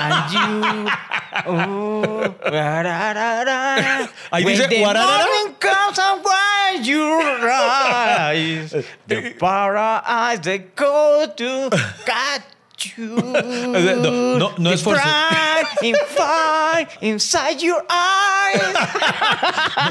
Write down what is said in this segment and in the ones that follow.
and you. Oh, ra-ra-ra-ra. Ahí When dice, the "Guararara". morning comes and why you rise. The paradise that go to catch you. No, no, no The es forzo- pride in fire inside your eyes.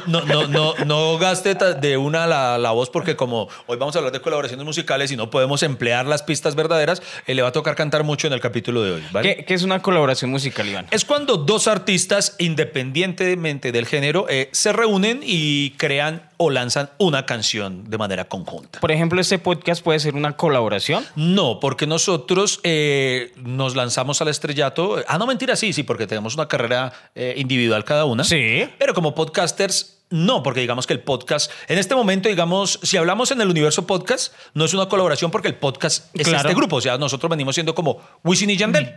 No, no, no, no gaste ta- de una la, la voz porque como hoy vamos a hablar de colaboraciones musicales y no podemos emplear las pistas verdaderas, eh, le va a tocar cantar mucho en el capítulo de hoy. ¿vale? ¿Qué, qué es una colaboración musical, Iván? Es cuando dos artistas, independientemente del género, eh, se reúnen y crean o lanzan una canción de manera conjunta. Por ejemplo, este podcast puede ser una colaboración. No, porque nosotros eh, nos lanzamos al estrellato. Ah, no, mentira, sí, sí, porque tenemos una carrera eh, individual cada una. Sí. Pero como podcasters, no, porque digamos que el podcast, en este momento, digamos, si hablamos en el universo podcast, no es una colaboración porque el podcast es Claro. Mm. este grupo. O sea, nosotros venimos siendo como Wisin y Yandel.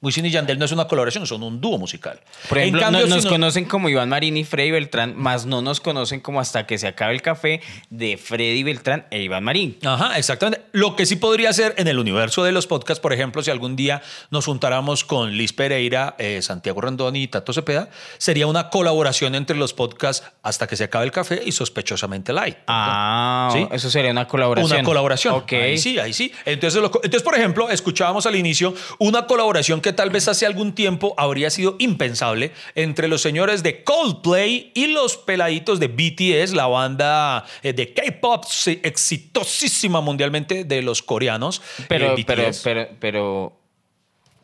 Wisin y Yandel no es una colaboración, son un dúo musical. Por ejemplo, en cambio, no- si nos no- conocen como Iván Marín y Freddy Beltrán, más no nos conocen como hasta que se acabe el café de Freddy Beltrán e Iván Marín. Ajá, exactamente. Lo que sí podría ser en el universo de los podcasts, por ejemplo, si algún día nos juntáramos con Liz Pereira, eh, Santiago Rendón y Tato Cepeda, sería una colaboración entre los podcasts hasta que se acabe el café y sospechosamente light. Ah, Sí. eso sería una colaboración. Una colaboración. Ok. Ahí sí, ahí sí. Entonces, lo co- entonces, por ejemplo, escuchábamos al inicio una colaboración que tal vez hace algún tiempo habría sido impensable entre los señores de Coldplay y los peladitos de BTS, la banda eh, de K-pop sí, exitosísima mundialmente de los coreanos. Pero, eh, pero, BTS. pero, pero.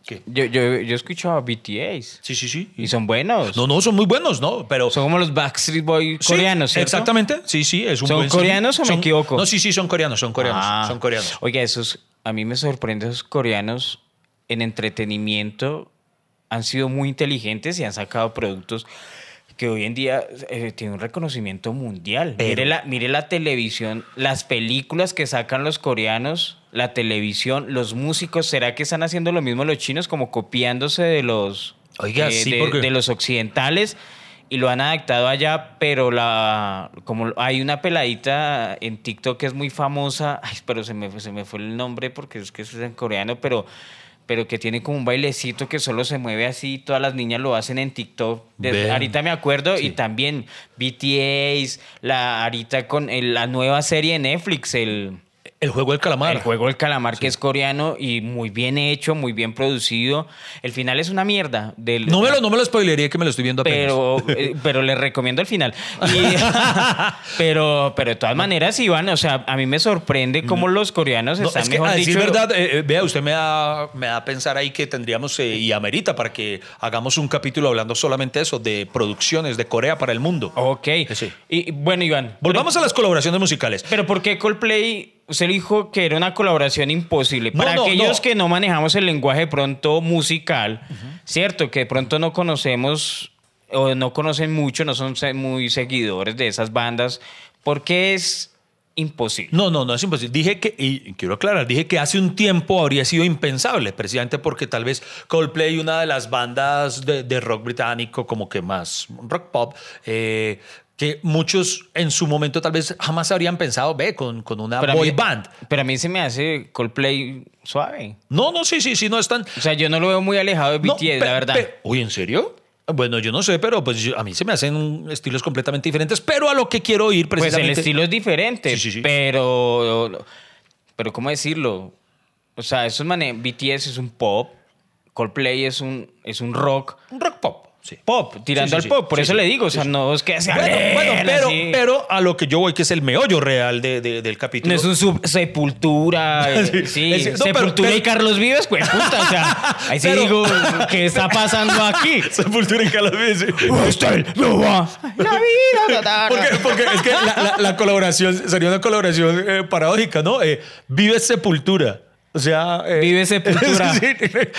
¿Qué? Yo, yo, yo escucho a BTS Sí, sí, sí. y son buenos. No, no, son muy buenos, ¿no? Pero Son como los Backstreet Boys Sí, coreanos, ¿cierto? Exactamente. Sí, sí, es un ¿Son buen signo. coreanos o me Son- equivoco? No, sí, sí, son coreanos, son coreanos, Ah. son coreanos. Oiga, esos, a mí me sorprende esos coreanos en entretenimiento. Han sido muy inteligentes y han sacado productos que hoy en día eh, tienen un reconocimiento mundial. Pero- mire, la, mire la televisión, las películas que sacan los coreanos, la televisión, los músicos. ¿Será que están haciendo lo mismo los chinos, como copiándose de los, eh, Oiga, sí, de, porque- de los occidentales? Y lo han adaptado allá, pero la como hay una peladita en TikTok que es muy famosa, ay, pero se me, fue- se me fue el nombre porque es que es en coreano, pero, pero que tiene como un bailecito que solo se mueve así, todas las niñas lo hacen en TikTok. De- Ve. ahorita me acuerdo, y Sí. también BTS, la ahorita con el- la nueva serie de Netflix, el... El juego del calamar. El juego del calamar que es coreano y muy bien hecho, muy bien producido. El final es una mierda. Del, No me lo, no me lo spoilería que me lo estoy viendo apenas. pero, eh, pero les recomiendo el final. Y- pero, pero de todas maneras, Iván, o sea, a mí me sorprende cómo los coreanos Mm. No, están, es que, mejor a decir pues, dicho, verdad, eh, eh, vea, usted me da, me da a pensar ahí que tendríamos, eh, y amerita, para que hagamos un capítulo hablando solamente de eso, de producciones de Corea para el mundo. Ok. eh, Sí. Y, y bueno, Iván. Volvamos a las colaboraciones musicales. Pero, pero ¿por qué Coldplay? Usted dijo que era una colaboración imposible. No, Para no, aquellos no. que no manejamos el lenguaje de pronto musical, ¿cierto? Que de pronto no conocemos o no conocen mucho, no son se- muy seguidores de esas bandas. ¿Por qué es imposible? No, no, no es imposible. Dije que, y quiero aclarar, dije que hace un tiempo habría sido impensable, precisamente porque tal vez Coldplay, una de las bandas de, de rock británico, como que más rock pop, eh, que muchos en su momento tal vez jamás habrían pensado, ve, con, con una Pero a boy mí- band. Pero a mí se me hace Coldplay suave. No, no, sí, sí, sí, no están. O sea, yo no lo veo muy alejado de No, BTS, pe- la verdad. pe- Uy, ¿en serio? Bueno, yo no sé, pero pues yo- a mí se me hacen estilos completamente diferentes, pero a lo que quiero ir pues el precisamente. estilo es diferente, Sí, sí, sí. pero pero cómo decirlo? O sea, esos mane BTS es un pop, Coldplay es un es un rock, Un rock pop. sí. Pop, tirando Sí, sí, al sí. pop. Por Sí, eso sí. le digo, o sea, no es que sea Bueno, real, bueno, pero, así. pero a lo que yo voy, que es el meollo real de- de- del capítulo. No es un sub- sepultura, eh, Sí, sí, es- no, pero- sepultura y pero- Carlos Vives, pues puta, o sea, ahí sí Pero- digo, ¿qué está pasando aquí? Sepultura en Carlos Vives, sí. Usted no va. La vida, ta, ta, Porque, ta. porque es que la, la- la colaboración sería una colaboración eh, paradójica, ¿no? Eh, vive sepultura. O sea. eh, Vive sepultura. sí,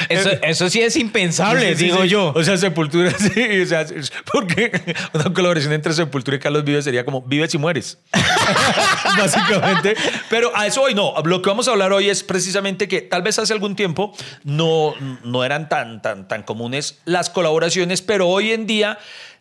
Eso, eh, eso sí es impensable, sí, sí, digo sí. yo. O sea, sepultura, sí. O sea, es- porque una colaboración entre sepultura y Carlos Vives sería como vives y mueres. Básicamente. Pero a eso hoy no. Lo que vamos a hablar hoy es precisamente que tal vez hace algún tiempo no, no eran tan, tan, tan comunes las colaboraciones, pero hoy en día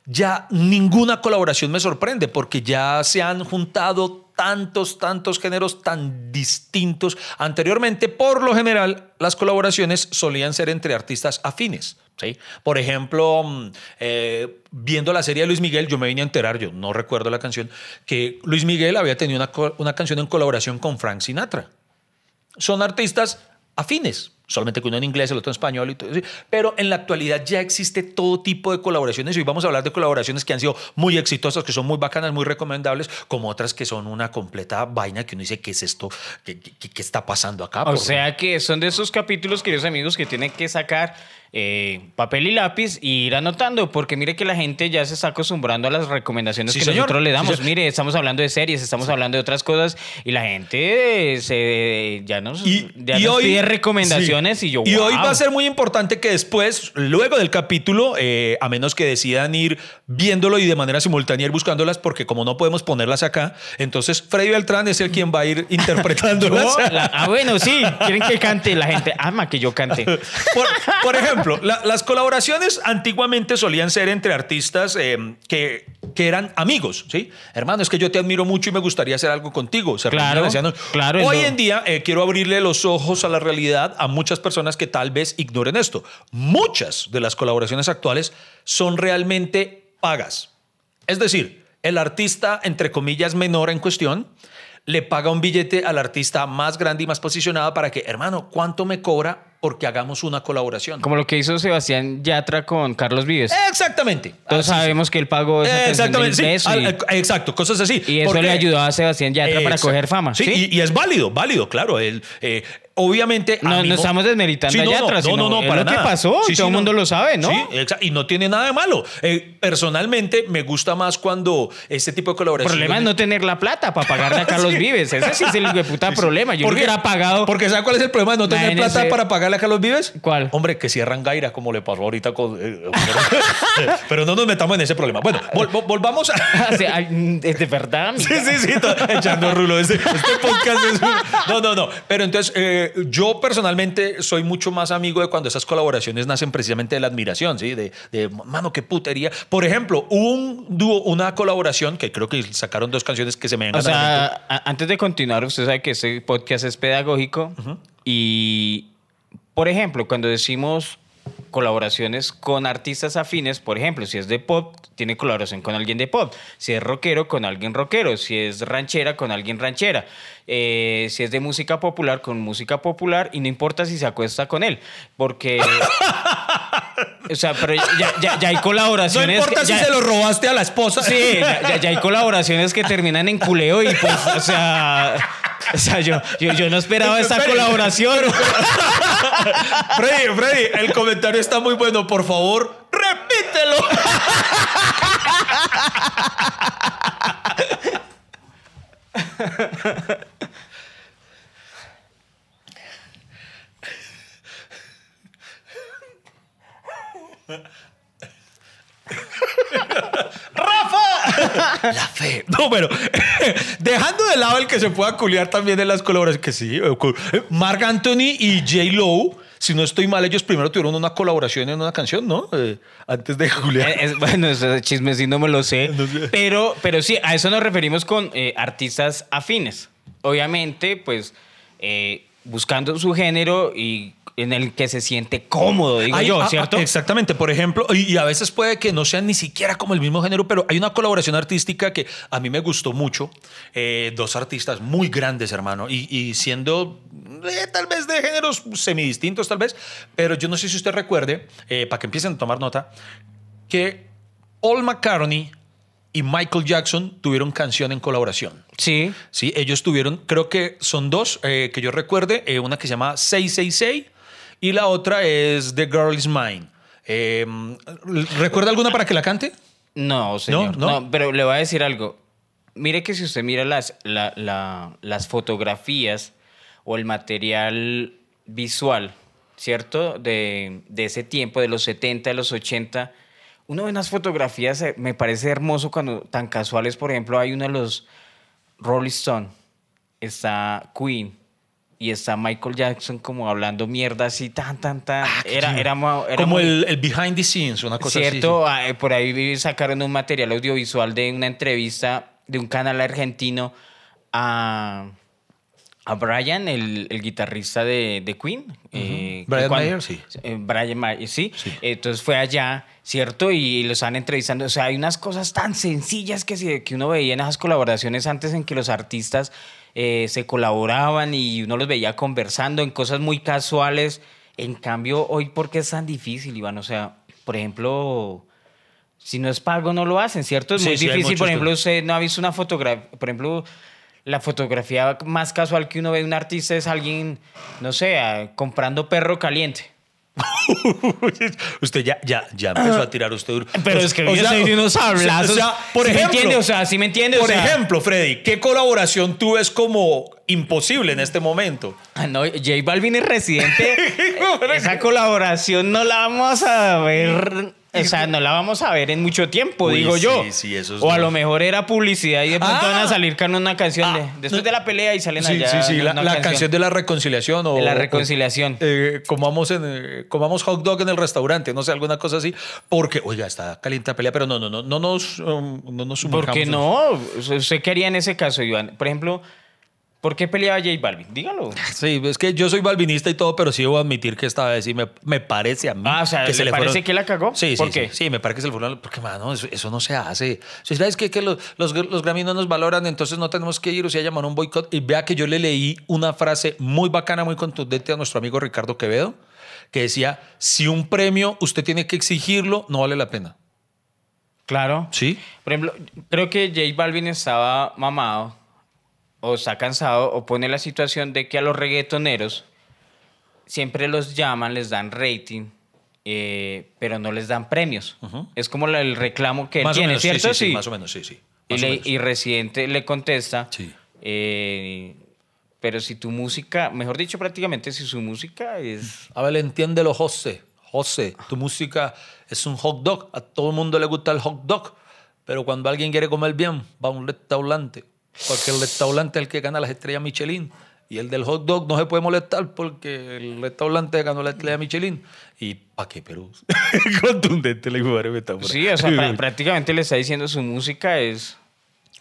ya ninguna colaboración me sorprende porque ya se han juntado tantos, tantos géneros tan distintos. Anteriormente, por lo general, las colaboraciones solían ser entre artistas afines. ¿sí? Por ejemplo, mm, eh, viendo la serie de Luis Miguel, yo me vine a enterar, yo no recuerdo la canción, que Luis Miguel había tenido una, co- una canción en colaboración con Frank Sinatra son artistas afines, solamente que uno en inglés, el otro en español, y todo eso. pero en la actualidad ya existe todo tipo de colaboraciones. Hoy vamos a hablar de colaboraciones que han sido muy exitosas, que son muy bacanas, muy recomendables, como otras que son una completa vaina que uno dice, ¿qué es esto? ¿Qué, qué- qué está pasando acá? O Por- sea que son de esos capítulos, queridos amigos, que tienen que sacar eh, papel y lápiz y ir anotando, porque mire que la gente ya se está acostumbrando a las recomendaciones Sí, que señor. nosotros le Sí, damos. señor. mire, estamos hablando de series, estamos hablando de otras cosas y la gente eh, se, ya nos, ya nos pide recomendaciones sí. y yo. Y hoy "Wow". va a ser muy importante que después, luego del capítulo, eh, a menos que decidan ir viéndolo y de manera simultánea ir buscándolas, porque como no podemos ponerlas acá, entonces Freddy Beltrán es el quien va a ir interpretándolas. Yo, la- ah, bueno, sí, quieren que cante. La gente ama que yo cante. Por, por ejemplo, la- las colaboraciones antiguamente solían ser entre artistas eh, que, que eran amigos, ¿sí? Hermano, es que yo te admiro mucho y me gustaría hacer algo contigo. Se Claro, reunían, hacían- claro, Hoy eso- en día eh, quiero abrirle los ojos a la realidad a muchas personas que tal vez ignoren esto. Muchas de las colaboraciones actuales son realmente pagas. Es decir, el artista, entre comillas, menor en cuestión, le paga un billete al artista más grande y más posicionado para que, hermano, ¿cuánto me cobra porque hagamos una colaboración? Como lo que hizo Sebastián Yatra con Carlos Vives. Eh, Exactamente. Todos sabemos que él pagó esa canción ah, del Exactamente, sí. beso y- Al- exacto, cosas así. Y eso Porque- le ayudó a Sebastián Yatra para Exacto. coger fama. Sí, Sí. Y, y es válido, válido, claro. El, eh, obviamente. No, no amigo- estamos desmeritando Sí, a Yatra, No, sino no, no, es para lo que nada. pasó, todo el mundo lo sabe, ¿no? Sí, exa- y no tiene nada de malo. Eh, personalmente, me gusta más cuando este tipo de El colaboraciones. problema es no tener la plata para pagarle a Carlos Sí. Vives. Ese sí es el hijo de puta problema. Yo ¿Por no qué? hubiera pagado. Porque ¿sabe cuál es el problema de no tener Imagínese. plata para pagarle a Carlos Vives? ¿Cuál? Hombre, que cierran Gaira, como le pasó ahorita con... eh, pero, pero no nos metamos en ese problema. Bueno, vol- vol- volvamos a... O sea, ay, mm, es de verdad. amiga. Sí, sí, sí, to- echando rulo. Este, este podcast es un- No, no, no. Pero entonces, eh, yo personalmente soy mucho más amigo de cuando esas colaboraciones nacen precisamente de la admiración, ¿sí? De, de, mano, qué putería. Por ejemplo, hubo un dúo, una colaboración que creo que sacaron dos canciones que se me vengan O a la mente. sea, a- antes de continuar, usted sabe que este podcast es pedagógico. Y, por ejemplo, cuando decimos colaboraciones con artistas afines, por ejemplo, si es de pop, tiene colaboración con alguien de pop. Si es rockero, con alguien rockero. Si es ranchera, con alguien ranchera. Eh, si es de música popular, con música popular. Y no importa si se acuesta con él, porque... o sea, pero ya, ya- ya hay No colaboraciones... importa que- si ya- se lo robaste a la esposa. Sí, ya, ya- ya hay colaboraciones que terminan en culeo y pues, o sea, o sea, yo, yo, yo no esperaba esta Pero- colaboración. Freddy, Freddy, el comentario está muy bueno. Por favor, repítelo. La fe. No, pero dejando de lado el que se pueda culiar también en las colaboraciones, que sí, eh, cu- eh, Marc Anthony y J. Lowe, si no estoy mal, ellos primero tuvieron una colaboración en una canción, ¿no? Eh, antes de Eh, culiar. es- bueno, ese chisme sí no me lo sé. No sé. Pero, pero sí, a eso nos referimos con eh, artistas afines. Obviamente, pues, eh, buscando su género y en el que se siente cómodo, digo Hay- yo, ah, ah, ¿cierto? exactamente, por ejemplo, y, y a veces puede que no sean ni siquiera como el mismo género, pero hay una colaboración artística que a mí me gustó mucho. eh, dos artistas muy grandes, hermano, y, y siendo eh, tal vez de géneros semidistintos, tal vez, pero yo no sé si usted recuerde, eh, para que empiecen a tomar nota, que Paul McCartney y Michael Jackson tuvieron canción en colaboración. Sí. Sí, ellos tuvieron, creo que son dos, eh, que yo recuerde, eh, una que se llama 666 y la otra es The Girl Is Mine. Eh, ¿Recuerda alguna para que la cante? No, señor. no. No, pero le voy a decir algo. Mire que si usted mira las, la- la- las fotografías o el material visual, ¿cierto? De, de ese tiempo, de los 70, de los 80, uno ve unas fotografías, eh, me parece hermoso cuando tan casuales, por ejemplo, hay uno de los Rolling Stone, está Queen. Y está Michael Jackson como hablando mierda así, tan, tan, tan. era, era, mo- era Ah, Como muy- el, el behind the scenes, una cosa así. Cierto, ah, eh, por ahí vi- sacaron un material audiovisual de una entrevista de un canal argentino a, a Brian, el, el guitarrista de, de Queen. eh, Brian cuando- Mayer, sí. eh, Brian Mayer, sí. Entonces fue allá, ¿cierto? Y los están entrevistando. O sea, hay unas cosas tan sencillas que, se- que uno veía en esas colaboraciones antes en que los artistas eh, se colaboraban y uno los veía conversando en cosas muy casuales. En cambio, hoy, ¿por qué es tan difícil, Iván? O sea, por ejemplo, si no es pago, no lo hacen, ¿cierto? Es Sí, muy sí, hay difícil. Por muchos ejemplo, que- usted no ha visto una fotografía. Por ejemplo, la fotografía más casual que uno ve de un artista es alguien, no sé, ah, comprando perro caliente. usted ya, ya, ya empezó a tirar usted duro. Ah, Pues, Pero es que yo soy de unos hablazos. O sea, por ¿Sí me ejemplo, entiende? O sea, ¿sí me entiende? O Por sea, ejemplo, Freddy, ¿qué colaboración tú ves como imposible en este momento? ah, no, J Balvin es residente. Eh, Esa colaboración no la vamos a ver. O sea, no la vamos a ver en mucho tiempo, Uy, digo sí, yo. sí, eso es o a duro. lo mejor era publicidad y de pronto Ah. van a salir con una canción de- Ah. después de la pelea y salen Sí, allá. sí, sí, una- la, una la canción. de la reconciliación o De la o- reconciliación. eh, comamos, en, eh, comamos hot dog en el restaurante, no sé, alguna cosa así, porque, oiga, está caliente la pelea, pero no, no, no, no nos, um, no nos sumerjamos ¿Por qué en- no? ¿Usted qué haría en ese caso, Iván? Por ejemplo, ¿por qué peleaba J Balvin? Dígalo. Sí, es que yo soy balvinista y todo, pero sí debo admitir que esta vez sí me, me parece a mí. Ah, o sea, ¿le parece que la cagó? Sí, sí, ¿Por sí, qué? Sí, me parece que se le fueron. Porque, mano, eso, eso no se hace. Si sabes que, que los, los, los Grammy no nos valoran, entonces no tenemos que ir, o sea, llamar un boicot. Y vea que yo le leí una frase muy bacana, muy contundente a nuestro amigo Ricardo Quevedo, que decía: si un premio usted tiene que exigirlo, no vale la pena. Claro. Sí. Por ejemplo, creo que J Balvin estaba mamado o está cansado o pone la situación de que a los reggaetoneros siempre los llaman, les dan rating, eh, pero no les dan premios. Es como la- el reclamo que él Más o tiene, menos, sí, ¿cierto? sí, sí, más o menos, sí, sí. Y, Más o le- menos. y Residente le contesta, Sí. eh, pero si tu música, mejor dicho, prácticamente si su música es... A ver, entiéndelo, José. José, tu música es un hot dog. A todo el mundo le gusta el hot dog. Pero cuando alguien quiere comer bien, va a un restaurante. Porque el restaurante es el que gana las estrellas Michelin. Y el del hot dog no se puede molestar porque el restaurante ganó la estrella Michelin. ¿Y pa' qué, Perú? Contundente la hijo de metáfora. Sí, o sea, prá- prácticamente le está diciendo su música es...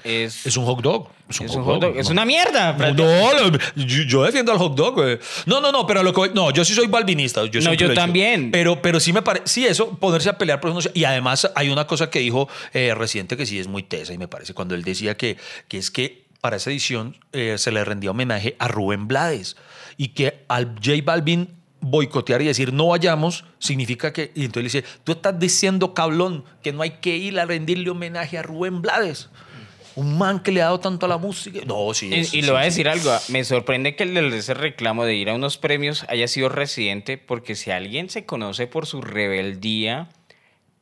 Es, Es un hot dog. Es un es hot, un hot dog. dog, es no. una mierda. No, prácticamente. no, lo- yo, yo defiendo al hot dog. eh. No, no, no, pero a lo que voy- no, yo sí soy balvinista. Yo No, siempre yo lo he dicho. también. Pero, pero sí me parece, sí, eso, ponerse a pelear por eso. no sé. Y además hay una cosa que dijo eh, reciente que sí es muy tesa y me parece, cuando él decía que, que es que para esa edición eh, se le rendía homenaje a Rubén Blades y que al J Balvin boicotear y decir no vayamos significa que y entonces le dice tú estás diciendo cablón que no hay que ir a rendirle homenaje a Rubén Blades un man que le ha dado tanto a la música no sí Y, y sí, le sí, voy a sí. decir algo, me sorprende que el de ese reclamo de ir a unos premios haya sido residente, porque si alguien se conoce por su rebeldía,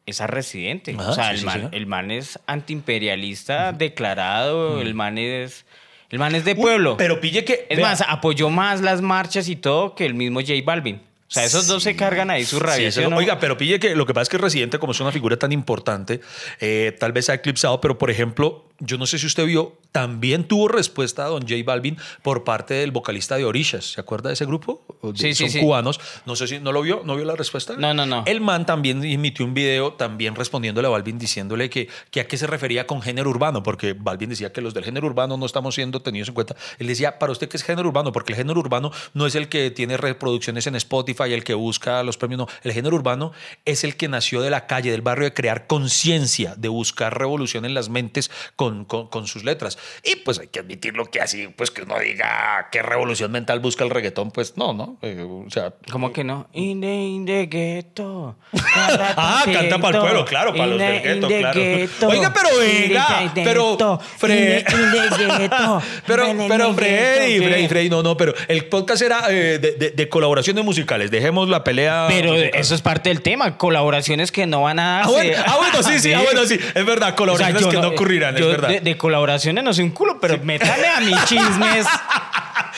es a residente. Ajá, o sea, Ah, sí, el, sí, man, señor. el man es antiimperialista declarado, el man es. El man es de pueblo. Pero pille que. es vea, más, apoyó más las marchas y todo que el mismo J Balvin. O sea, esos dos se cargan ahí su sí, rabia. eso ¿sí o no- no? Oiga, pero pille que lo que pasa es que Residente, como es una figura tan importante, eh, tal vez ha eclipsado, pero por ejemplo, yo no sé si usted vio, también tuvo respuesta a Don J Balvin por parte del vocalista de Orishas. ¿Se acuerda de ese grupo? O de- Sí, sí, Son sí. cubanos. No sé si no lo vio, no vio la respuesta. No, no, no. El man también emitió un video también respondiéndole a Balvin diciéndole que, que a qué se refería con género urbano, porque Balvin decía que los del género urbano no estamos siendo tenidos en cuenta. Él decía, para usted, ¿qué es género urbano? Porque el género urbano no es el que tiene reproducciones en Spotify, el que busca los premios, no. El género urbano es el que nació de la calle, del barrio, de crear conciencia, de buscar revolución en las mentes con con, con- con sus letras. Y pues hay que admitirlo que así, pues que uno diga qué revolución mental busca el reggaetón, pues no, ¿no? Eh, o sea, ¿Cómo que no? In the, in the ghetto. Ah, canta pa'l pueblo, claro, pa' los del ghetto, claro. Oiga, pero venga, pero Fre- Freddy. Pero, pero Freddy, Freddy, Freddy, no, no, pero el podcast era eh, de, de- de colaboraciones musicales. Dejemos la pelea. Pero musical. eso es parte del tema, colaboraciones que no van a Ah, darse. bueno, ah, bueno, sí, sí, ah, bueno, sí. Es verdad, O sea, colaboraciones yo eh, que no, ocurrirán, yo es verdad. De, de colaboraciones no soy un culo, pero métale a mis chismes.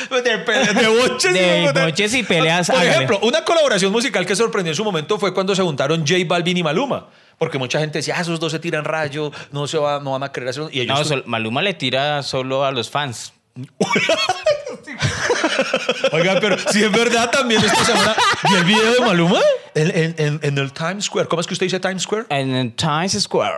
De, pe- de boches, De hijo puta. boches y peleas, Por hágale. ejemplo, una colaboración musical que sorprendió en su momento fue cuando se juntaron J Balvin y Maluma. Porque mucha gente decía, ah, esos dos se tiran rayo, no, se va, no van a querer hacer... Y ellos No, sol- Maluma le tira solo a los fans. Oiga, pero si es verdad también esta semana. ¿Y el video de Maluma? En, en- en- en el Times Square. ¿Cómo es que usted dice Times Square? En el Times Square.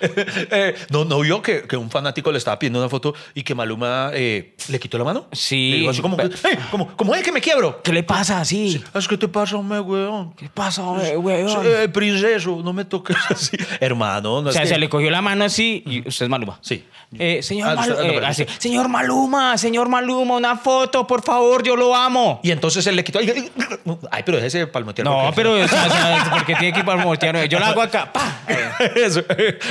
Eh, no, no vio que, que un fanático le estaba pidiendo una foto y que Maluma eh, le quitó la mano. Sí. Le dijo así como, que, "Ey, como, como es que me quiebro. ¿Qué le pasa así? Es que te pasa, me weón. ¿Qué pasa, hombre, weón? Eh, princeso, no me toques así. Hermano, no O sea, es que- se le cogió la mano así y usted es Maluma. Sí. Eh, señor, Ah, Malu- usted- no, eh, pero- así, señor Maluma, señor Maluma, una foto, por favor, yo lo amo. Y entonces él le quitó. Ay, ay, pero déjese palmotear. No, porque- pero o sea, o sea, porque tiene que ir para voltear. Yo la hago acá. pa. Eso.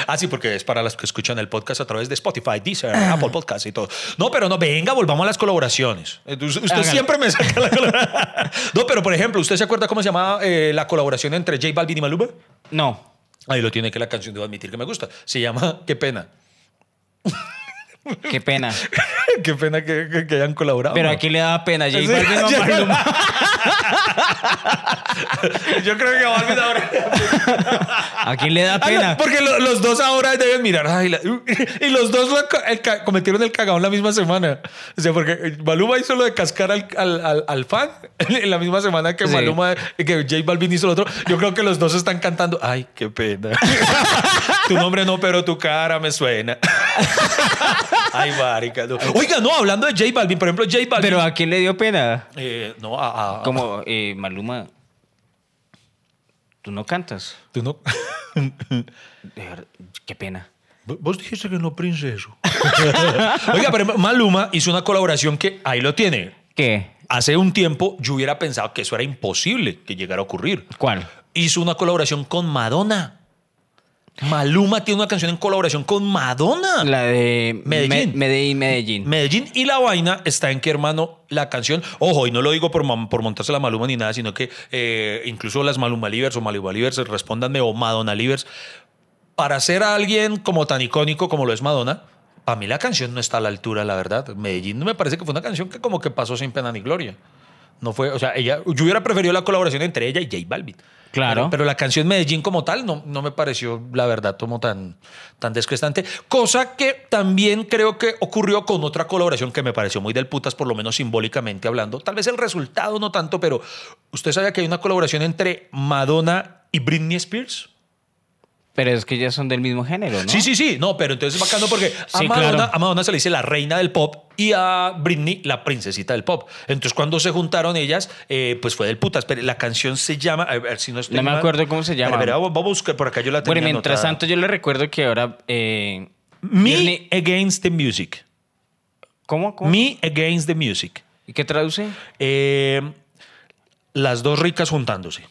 Ah, sí, porque es para las que escuchan el podcast a través de Spotify, Deezer, Ah. Apple Podcast y todo. No, pero no, venga, volvamos a las colaboraciones. Usted Hágale. siempre me saca la colaboración. No, pero por ejemplo, ¿usted se acuerda cómo se llamaba eh, la colaboración entre J Balvin y Maluma? No. Ahí lo tiene que la canción, debo admitir que me gusta. Se llama Qué pena. Qué pena. Qué pena que, que- que hayan colaborado. Pero ¿no? aquí le da pena. J Sí, Balvin o J Maluma. Yo creo que Balvin ahora. Aquí le da Ah, no, pena. porque lo- los dos ahora deben mirar. ay, la- y los dos lo ca- el ca- cometieron el cagón la misma semana. O sea, porque Maluma hizo lo de cascar al, al- al- al fan en la misma semana que Sí. Maluma, que J Balvin hizo lo otro. Yo creo que los dos están cantando. Ay, qué pena. tu nombre no, pero tu cara me suena. Ay, marica. no. Oiga, no, hablando de J Balvin, por ejemplo, J Balvin. Pero aquí le dio pena. Eh, no, a- a- Como, eh, Maluma, tú no cantas. tú no. De verdad, Qué pena. Vos dijiste que no, princeso. Oiga, pero Maluma hizo una colaboración que ahí lo tiene. ¿Qué? Hace un tiempo yo hubiera pensado que eso era imposible que llegara a ocurrir. ¿Cuál? Hizo una colaboración con Madonna. Maluma tiene una canción en colaboración con Madonna. La de Ah, Medellín. Me- Medellín, Medellín. Medellín y la vaina está en que, hermano, la canción. Ojo, y no lo digo por, mam- por montarse la Maluma ni nada, sino que eh, incluso las Maluma Livers o Maluma Livers, respóndanme, o Madonna Livers. Para ser alguien como tan icónico como lo es Madonna, para mí la canción no está a la altura, la verdad. Medellín me parece que fue una canción que como que pasó sin pena ni gloria. No fue, o sea, ella, yo hubiera preferido la colaboración entre ella y J Balvin. Claro. Pero, pero la canción Medellín como tal no, no me pareció, la verdad, como tan, tan descrestante. Cosa que también creo que ocurrió con otra colaboración que me pareció muy del putas, por lo menos simbólicamente hablando. Tal vez el resultado no tanto, pero usted sabe que hay una colaboración entre Madonna y Britney Spears. Pero es que ya son del mismo género, ¿no? Sí, sí, sí. No, pero entonces es bacano porque a, Sí, Madonna, claro. a Madonna se le dice la reina del pop y a Britney la princesita del pop. Entonces cuando se juntaron ellas, eh, pues fue del putas. Pero la canción se llama... A ver, si no, estoy No me mal. acuerdo cómo se llama. Espera, espera, vamos a buscar por acá. Yo la tenía Bueno, y mientras anotada. tanto yo le recuerdo que ahora... eh, Me Britney- Against the Music. ¿Cómo? ¿Cómo? Me Against the Music. ¿Y qué traduce? Eh, las dos ricas juntándose.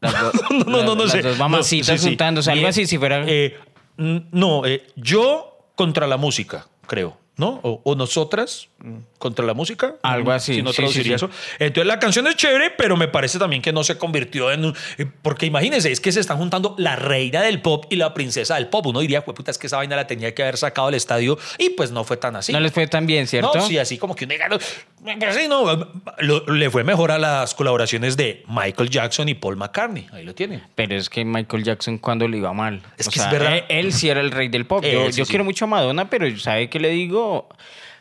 Las dos- No, no, no, no las sé. dos mamacitas No, sí, sí. juntándose, algo Me- así, si fuera... eh, n- no, eh, yo contra la música, creo, ¿no? O, o nosotras mm, contra la música. mm, Algo así, Si no sí, sí, traduciría sí. eso. Entonces la canción es chévere, pero me parece también que no se convirtió en. un- eh, Porque imagínense, es que se están juntando la reina del pop y la princesa del pop. Uno diría, puta, es que esa vaina la tenía que haber sacado al estadio y pues no fue tan así. No les fue tan bien, ¿cierto? No, sí, así como que un regalo. Sí, no, lo- le fue mejor a las colaboraciones de Michael Jackson y Paul McCartney. Ahí lo tienen. Pero es que Michael Jackson cuando le iba mal. Es que es verdad. Él, él sí era el rey del pop. Él Yo, sí, yo sí. quiero mucho a Madonna, pero ¿sabe qué le digo?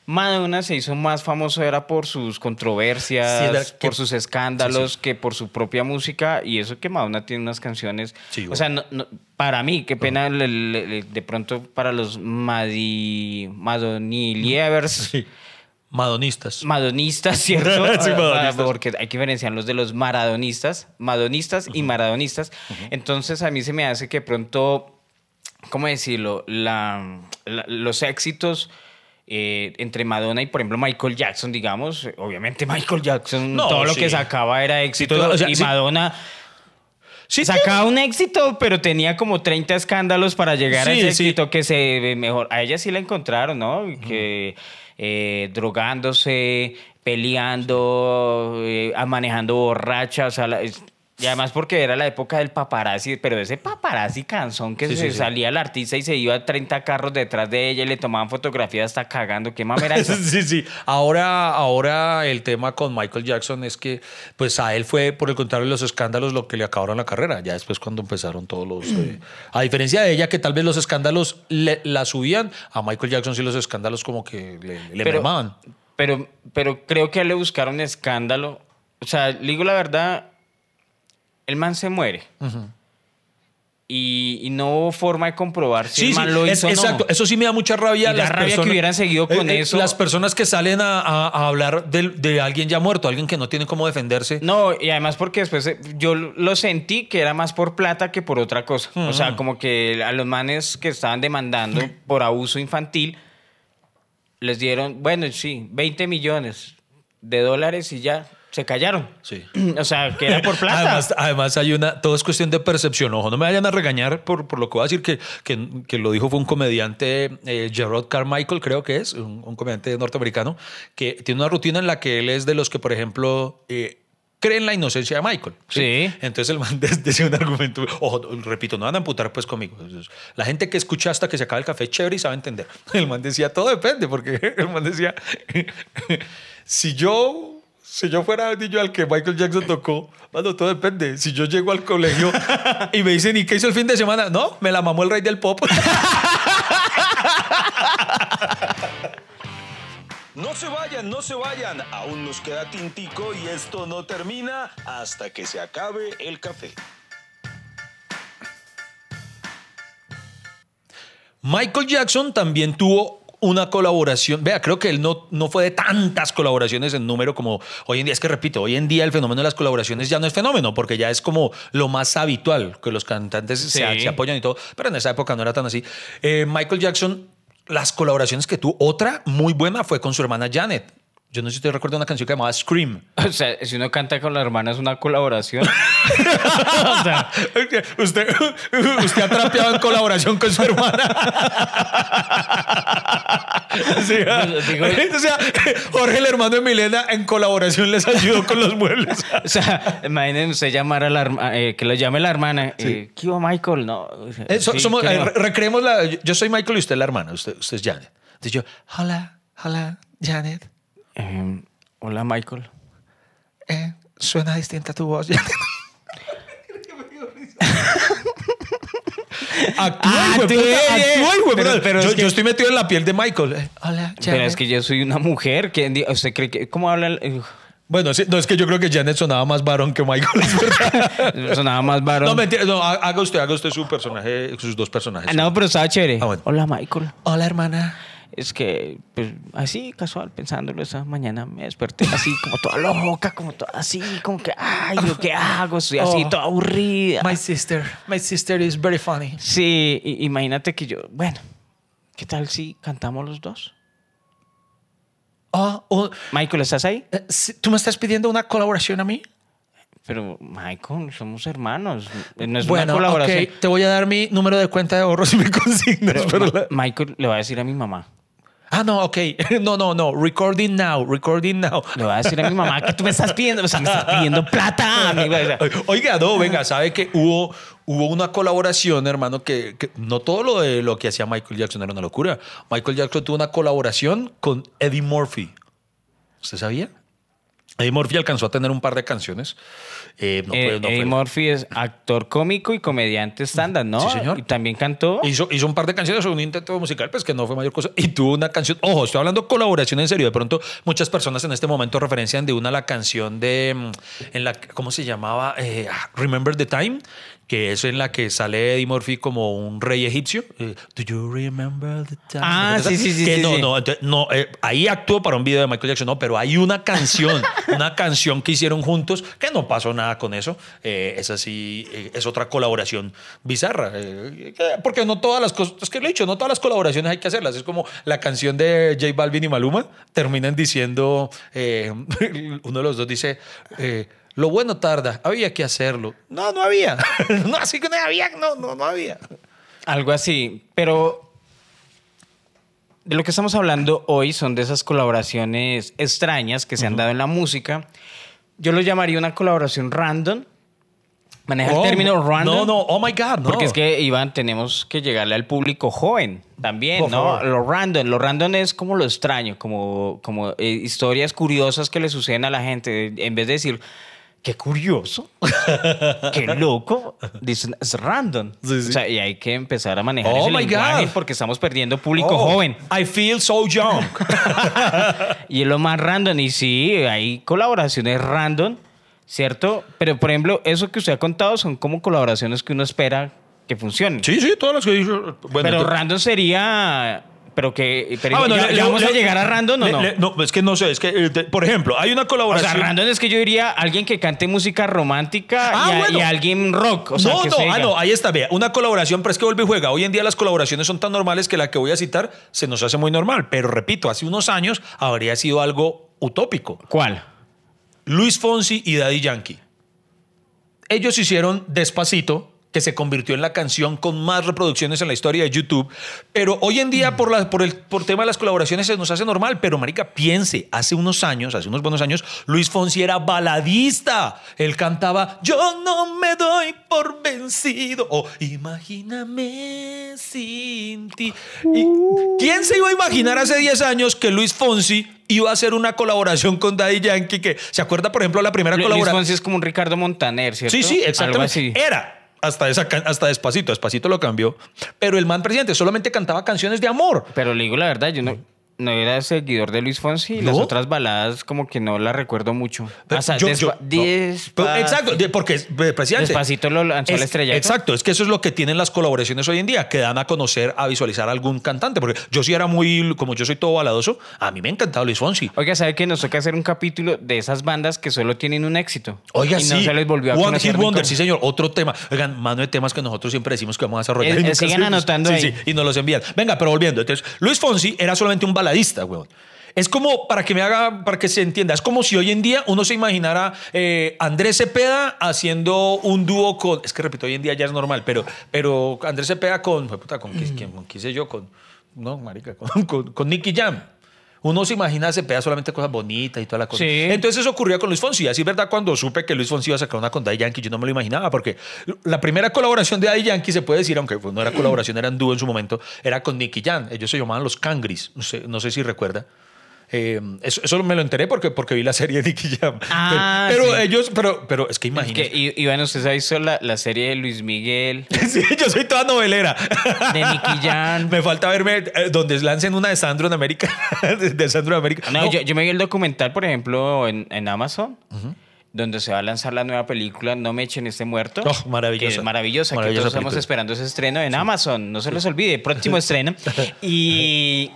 Madonna se hizo más famoso era por sus Sí, controversias, era que- por sus escándalos, que por su propia música. Y eso que Madonna tiene unas canciones. Sí, o bueno. sea, no- no- para mí, qué pena, le- le- le- de pronto para los madi, madonilievers, Madonistas. madonistas, ¿cierto? Sí, madonistas. Porque hay que diferenciarlos de los maradonistas, madonistas y maradonistas. Entonces a mí se me hace que pronto ¿cómo decirlo? La, la- los éxitos eh, entre Madonna y, por ejemplo, Michael Jackson, digamos. Obviamente, Michael Jackson, No, todo lo sí. que sacaba era éxito. todo- o sea, y sí. Madonna Sí, sacaba un éxito, pero tenía como 30 escándalos para llegar a Sí, ese sí. éxito que se ve mejor. A ella sí la encontraron, ¿no? Que eh, drogándose, peleando, eh, ah, manejando borracha, o sea, la- es- y además porque era la época del paparazzi, pero ese paparazzi canzón que Sí, se sí, sí. salía el artista y se iba 30 carros detrás de ella y le tomaban fotografías hasta cagando. ¿Qué mamera esa? Sí, sí. Ahora, ahora el tema con Michael Jackson es que, pues a él fue, por el contrario, los escándalos lo que le acabaron la carrera. Ya después cuando empezaron todos los... eh, a diferencia de ella, que tal vez los escándalos le- la subían, a Michael Jackson sí los escándalos como que le, le mermaban. Pero, pero creo que a él le buscaron escándalo. O sea, le digo la verdad, el man se muere. y, y no hubo forma de comprobar si el man lo es- hizo o no. exacto. Eso sí me da mucha rabia. eh, Y da rabia que hubieran seguido con eso. Las personas que salen a, a- a hablar de, de alguien ya muerto, alguien que no tiene cómo defenderse. No, y además porque después eh, yo lo sentí que era más por plata que por otra cosa. O sea, como que a los manes que estaban demandando por abuso infantil, les dieron, bueno, sí, 20 millones de dólares y ya se callaron. Sí. O sea, que era por plata. Además, además hay una, todo es cuestión de percepción. Ojo, no me vayan a regañar por, por lo que voy a decir, que, que, que lo dijo fue un comediante, eh, Gerard Carmichael, creo que es, un, un comediante norteamericano, que tiene una rutina en la que él es de los que, por ejemplo, eh, creen la inocencia de Michael. Sí. Entonces el man des- decía un argumento, ojo, repito, no van a amputar pues conmigo. La gente que escucha hasta que se acaba el café, chévere y sabe entender. El man decía, todo depende, porque el man decía, si yo... Si yo fuera el niño al que Michael Jackson tocó, mano, todo depende. Si yo llego al colegio y me dicen, ¿y qué hizo el fin de semana? No, me la mamó el rey del pop. No se vayan, no se vayan. Aún nos queda tintico y esto no termina hasta que se acabe el café. Michael Jackson también tuvo una colaboración. Vea, creo que él no, no fue de tantas colaboraciones en número como hoy en día. Es que repito, hoy en día el fenómeno de las colaboraciones ya no es fenómeno, porque ya es como lo más habitual que los cantantes se, Sí. se apoyan y todo. Pero en esa época no era tan así. Eh, Michael Jackson, las colaboraciones que tuvo, otra muy buena fue con su hermana Janet. Yo no sé si usted recuerda una canción que llamaba Scream. O sea, si uno canta con la hermana es una colaboración. o sea, usted, usted ha trapeado en colaboración con su hermana. Sí, ah. Pues, digo- o sea, Jorge, el hermano de Milena, en colaboración les ayudó con los muebles. o sea, imaginen usted llamar a la herma- eh, que lo llame la hermana. Eh, ¿Qué hubo, Michael? No. o sea, Eh, so- sí, somos- ¿qué eh, no? re- recreemos la. Yo, yo soy Michael y usted es la hermana. Usted, usted es Janet. Entonces yo, hola, hola, Janet. Eh, hola, Michael. Eh, suena distinta tu voz, Janet. Actúa, Ah, hijo tú de puta, eres. actúa, hijo de Pero- puta. pero yo, es que- yo estoy metido en la piel de Michael. Eh, hola, Janet. Pero es que yo soy una mujer. ¿quién di- ¿Usted cree que.? ¿Cómo habla? el- Bueno, sí, no es que yo creo que Janet sonaba más varón que Michael, es verdad. Uf, sonaba más varón. no, mentira, no, ha- haga usted, haga usted su personaje, sus dos personajes. Ah, no, pero estaba chévere. Ah, bueno. Hola, Michael. Hola, hermana. Es que, pues, así casual, pensándolo esa mañana, me desperté así, como toda loca, como toda así, como que, ay, ¿yo qué hago? Estoy así, Oh. toda aburrida. My sister, my sister is very funny. Sí, i- imagínate que yo, bueno, ¿qué tal si cantamos los dos? Oh, oh, Michael, ¿estás ahí? eh, si- ¿Tú me estás pidiendo una colaboración a mí? Pero, Michael, somos hermanos. Eh, No es bueno, una colaboración. ok, te voy a dar mi número de cuenta de ahorro si me consignas. Pero pero Ma- la- Michael le va a decir a mi mamá. Ah, no, ok. No, no, no. Recording now, recording now. Le va a decir a mi mamá que tú me estás pidiendo, o sea, me estás pidiendo plata. amigo. O sea, Oiga, no, venga, sabe que hubo, hubo una colaboración, hermano, que, que no todo lo de lo que hacía Michael Jackson era una locura. Michael Jackson tuvo una colaboración con Eddie Murphy. ¿Usted sabía? Eddie Murphy alcanzó a tener un par de canciones. Eh, no eh, fue- no fue- Eddie Murphy es actor cómico y comediante estándar, ¿no? Sí, señor. Y también cantó. Hizo, hizo un par de canciones, un intento musical, pues que no fue mayor cosa. Y tuvo una canción. Ojo, estoy hablando colaboración en serio. De pronto, muchas personas en este momento referencian de una la canción de. mm, En la, ¿Cómo se llamaba? Eh, ah, Remember the Time. que es en la que sale Eddie Murphy como un rey egipcio. Eh, Do you remember the time? Ah, ¿No te acuerdas? sí, sí, sí, Que sí, no, sí. no, entonces, no, eh, ahí actuó para un video de Michael Jackson, no, pero hay una canción, una canción que hicieron juntos que no pasó nada con eso. Eh, es así, eh, es otra colaboración bizarra. eh, que- porque no todas las cosas, es que lo he dicho, no todas las colaboraciones hay que hacerlas. Es como la canción de J Balvin y Maluma, terminan diciendo, eh, uno de los dos dice, eh, lo bueno tarda, había que hacerlo. No, no había. no, así que no había, no, no, no había. Algo así, pero de lo que estamos hablando hoy son de esas colaboraciones extrañas que se han dado en la música. Yo lo llamaría una colaboración random. Maneja Oh, el término random. No, no, oh my God, no. Porque es que, Iván, tenemos que llegarle al público joven también, Por ¿no? favor. Lo random. Lo random es como lo extraño, como, como eh, historias curiosas que le suceden a la gente. En vez de decir, qué curioso, qué loco, dicen, es random. Sí, sí. O sea, y hay que empezar a manejar Oh ese my lenguaje God. porque estamos perdiendo público Oh, joven. I feel so young. Y es lo más random. Y sí, hay colaboraciones random, ¿cierto? Pero, por ejemplo, eso que usted ha contado son como colaboraciones que uno espera que funcionen. sí, sí, todas las que dije. Bueno, pero entonces- random sería. Pero que. pero Ah, bueno, ¿ya- le- ya le- ¿Vamos a le- llegar a random o le- no? le- no, es que no sé, es que, eh, te- por ejemplo, hay una o colaboración. sea, random es que yo diría alguien que cante música romántica Ah, y, a- bueno. y alguien rock. O sea, no, que no, se ah, diga. no, ahí está, vea, una colaboración, pero es que vuelve y juega. Hoy en día las colaboraciones son tan normales que la que voy a citar se nos hace muy normal, pero repito, hace unos años habría sido algo utópico. ¿Cuál? Luis Fonsi y Daddy Yankee. Ellos hicieron Despacito, que se convirtió en la canción con más reproducciones en la historia de YouTube. Pero hoy en día, por, la- por el por tema de las colaboraciones, se nos hace normal. Pero, Marica, piense, hace unos años, hace unos buenos años, Luis Fonsi era baladista. Él cantaba Yo no me doy por vencido. O Imagíname sin ti. Y- ¿Quién se iba a imaginar hace 10 años que Luis Fonsi iba a hacer una colaboración con Daddy Yankee? Que, ¿Se acuerda, por ejemplo, la primera Lu- Luis colaboración? Fonsi es como un Ricardo Montaner, ¿cierto? Sí, sí, Algo exactamente. Eh, así. Era. Hasta, esa, can- hasta despacito, despacito lo cambió. Pero el man presidente solamente cantaba canciones de amor. Pero le digo la verdad, yo no, no era seguidor de Luis Fonsi y las ¿No? otras baladas como que no las recuerdo mucho. Pero o sea, yo- despa- yo- no. despa- Pero exacto, de- porque es- de- presidente. Despacito lo lanzó al Es- estrellato. Exacto, es que eso es lo que tienen las colaboraciones hoy en día, que dan a conocer, a visualizar a algún cantante. Porque yo sí era muy, como yo soy todo baladoso, a mí me encantaba Luis Fonsi. Oiga, ¿sabe que nos toca hacer un capítulo de esas bandas que solo tienen un éxito? Oiga, y sí. no se les volvió a One conocer Hit Wonder, nunca. sí, señor. Otro tema. Oigan, mano de temas que nosotros siempre decimos que vamos a desarrollar. Eh, y eh, nunca sigan hacemos. anotando Sí, ahí. sí, y nos los envían. Venga, pero volviendo. Entonces, Luis Fonsi era solamente un baladista, weón. Es como, para que me haga, para que se entienda, es como si hoy en día uno se imaginara eh, Andrés Cepeda haciendo un dúo con, es que repito, hoy en día ya es normal, pero, pero Andrés Cepeda con, fue puta, con, quién- Mm. quién- con, quién sé yo, con, no, marica, con, con, con Nicky Jam. Uno se imagina a Cepeda solamente cosas bonitas y toda la cosa. Sí. Entonces, entonces eso ocurrió con Luis Fonsi. Así es verdad, cuando supe que Luis Fonsi iba a sacar una con Daddy Yankee, yo no me lo imaginaba, porque la primera colaboración de Daddy Yankee, se puede decir, aunque pues, no era colaboración, eran dúo en su momento, era con Nicky Jam. Ellos se llamaban Los Cangris, no sé, no sé si recuerda. Eh, eso, eso me lo enteré porque, porque vi la serie de Nicky Jam. Ah, pero pero sí. ellos, pero, pero es que imagínate. Que, y, y bueno, usted ha visto la, la serie de Luis Miguel, Sí, yo soy toda novelera. de Nicky Jam. Me falta verme eh, donde lancen una de Sandro en América. de Sandro en América. No, No. Yo, yo me vi el documental, por ejemplo, en, en Amazon, donde se va a lanzar la nueva película No me echen este muerto. Oh, maravillosa. Que es maravillosa. que Maravillosa todos estamos película. esperando ese estreno en Amazon. No se les olvide, próximo estreno. Y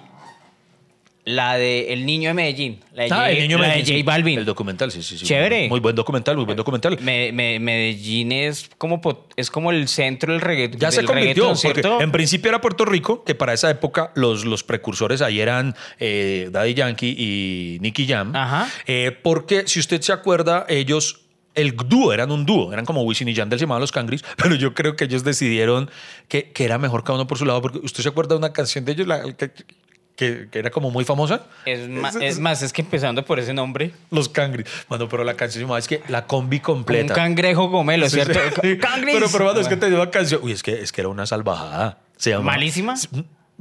la de El Niño de Medellín. La de, Ah, J, el niño la de Medellín, sí. J Balvin. El documental, sí, sí, sí. Chévere. Muy buen documental, muy buen documental. Me- me- Medellín es como, po- es como el centro del reggaetón. Ya se convirtió, porque ¿cierto? en principio era Puerto Rico, que para esa época los, los precursores ahí eran eh, Daddy Yankee y Nicky Jam. Ajá. Eh, porque si usted se acuerda, ellos, el dúo, eran un dúo, eran como Wisin y Yandel, se llamaban los Cangris, pero yo creo que ellos decidieron que, que era mejor cada uno por su lado, porque usted se acuerda de una canción de ellos la- que, que- que era como muy famosa. Es, ma- es más, es que empezando por ese nombre. Los Cangris. Bueno, pero la canción se llamaba, es que la combi Un completa. cangrejo gomelo, Sí, ¿cierto? Ah, sí. ¡Cangris! Pero, pero, mano, es que te dio la canción. Uy, es que, es que era una salvajada. Se llama- ¿Malísima?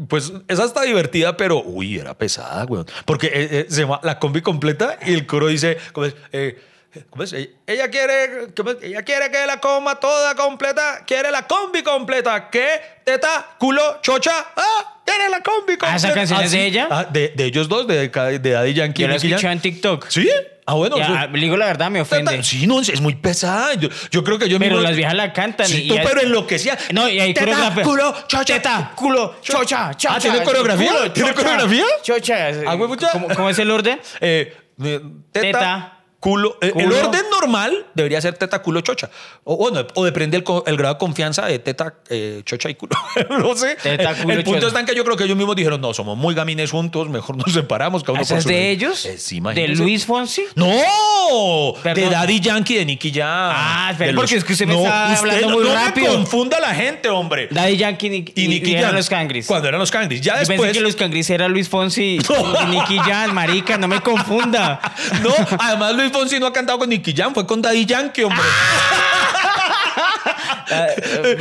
Pues esa está divertida, pero uy, era pesada, weón. Porque eh, eh, se llama la combi completa y el coro dice, ¿cómo es? Eh, ¿cómo es? Eh, Ella quiere, ¿cómo es? ella quiere que la coma toda completa, quiere la combi completa, ¿qué? Teta, culo, chocha, ah, quiere la combi completa. Ah, ¿esa canción es de Así. ella? Ah, de, de ellos dos, de, de Daddy Yankee. Yo y la Nicky Jam. escuché en TikTok. ¿Sí? Ah, bueno. Ya, eso- ah, le digo la verdad, me ofende. Sí, no, es muy pesada. Yo, yo creo que yo Pero mismo- las viejas la cantan. Sí, y- tú, y- pero enloquecía. No, y ahí Teta, coreografía. culo, chocha. Teta, culo, chocha, chocha. Ah, ¿tiene coreografía? culo, ¿Tiene chocha, coreografía? Chocha. Ah, güey, pucha. ¿Cómo, cómo es el orden? Eh, eh, teta, Teta, culo. eh, culo. El orden normal debería ser teta, culo, chocha. O bueno, o depende el, co- el grado de confianza de teta, eh, chocha y culo. no sé. Teta, Eh, culo, el punto chocha. está en que yo creo que ellos mismos dijeron, no, somos muy gamines juntos, mejor nos separamos. Cada uno ¿Esa por es su de lado". ellos? Eh, sí, ¿De imagínese. Luis Fonsi? ¡No! Perdón. De Daddy Yankee, de Nicky Jam. Ah, espera, De porque es que usted me está hablando muy no rápido. me confunda la gente, hombre. Daddy Yankee Nick- y y, Nicky y eran Jam. los cangris. Cuando eran los cangris. Ya Yo pensé después... que los cangris era Luis Fonsi y Nicky Jam, marica, no me confunda. No, además Luis Fonsi no ha cantado con Nicky Jam, fue con Daddy Yankee, hombre. Ah,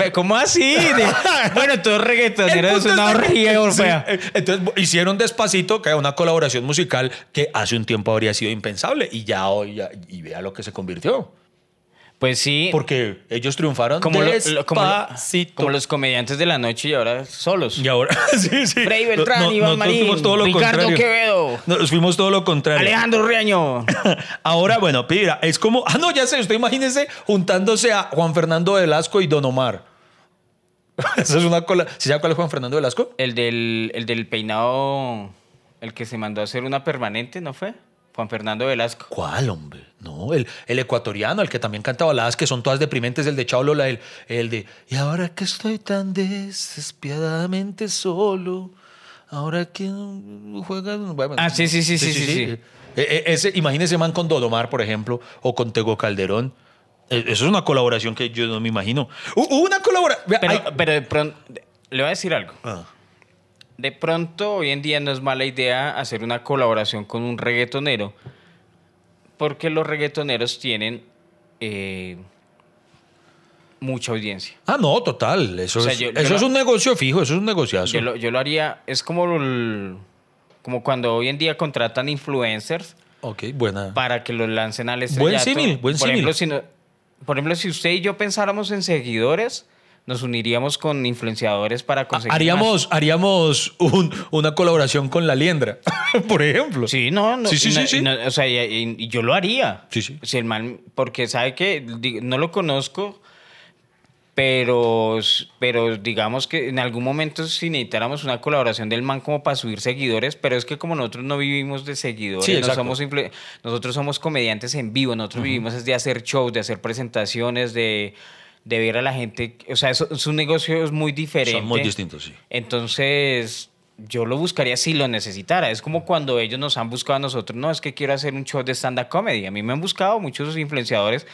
Eh, ¿Cómo así? De- Bueno, todo El reggaetonero es punto una está que- orgía europea. Sí, eh, Entonces bu- hicieron despacito que una colaboración musical que hace un tiempo habría sido impensable y ya hoy ya- y vea lo que se convirtió. Pues sí, Porque ellos triunfaron como, lo- lo- como, lo- despacito. como los comediantes de la noche y ahora solos. Y ahora, sí, sí. Freddy Beltrán, No- no- Iván nosotros Marín, fuimos todo lo Ricardo contrario. Quevedo. Nos fuimos todo lo contrario. Alejandro Riaño. Ahora, bueno, pira, es como. Ah, no, ya sé, usted imagínese juntándose a Juan Fernando Velasco y Don Omar. Esa es una cola. ¿Sí sabe cuál es Juan Fernando Velasco? El del, el del peinado, el que se mandó a hacer una permanente, ¿no fue? Juan Fernando Velasco. ¿Cuál, hombre? No, el, el ecuatoriano, el que también canta baladas que son todas deprimentes, el de Chao Lola, el, el de. Y ahora que estoy tan despiadadamente solo, ahora que juegas. Bueno, Ah, sí, sí, sí, sí, sí, sí. E- e- ese, imagínese man con Dodomar, por ejemplo, o con Tego Calderón. E- Eso es una colaboración que yo no me imagino. Hu- Hubo una colaboración. Pero, pero de pronto, le voy a decir algo. ah, De pronto, hoy en día no es mala idea hacer una colaboración con un reggaetonero, porque los reggaetoneros tienen eh, mucha audiencia. Ah, no, total. Eso, O sea, es, yo- yo eso la- es un negocio fijo, eso es un negociazo. Yo lo, yo lo haría, es como, el- como cuando hoy en día contratan influencers Ok, buena. para que los lancen al Buen estrellato. símil, buen por ejemplo, si símil. no- por ejemplo, si usted y yo pensáramos en seguidores, nos uniríamos con influenciadores para conseguir más. Ah, Haríamos, haríamos un- una colaboración con la liendra, por ejemplo. Sí, no, no. Sí, sí, y no- sí, sí. y no- o sea, y, y- y yo lo haría. Sí, sí. Si el man, porque sabe que di- no lo conozco, pero, s- pero digamos que en algún momento si necesitáramos una colaboración del man como para subir seguidores, pero es que como nosotros no vivimos de seguidores, Sí, no exacto. somos influ- nosotros somos comediantes en vivo, nosotros vivimos es de hacer shows, de hacer presentaciones, de, de ver a la gente, o sea, eso- es un negocio es muy diferente. Son muy distintos, sí. Entonces, yo lo buscaría si lo necesitara. Es como cuando ellos nos han buscado a nosotros. No, es que quiero hacer un show de stand-up comedy. A mí me han buscado muchos influenciadores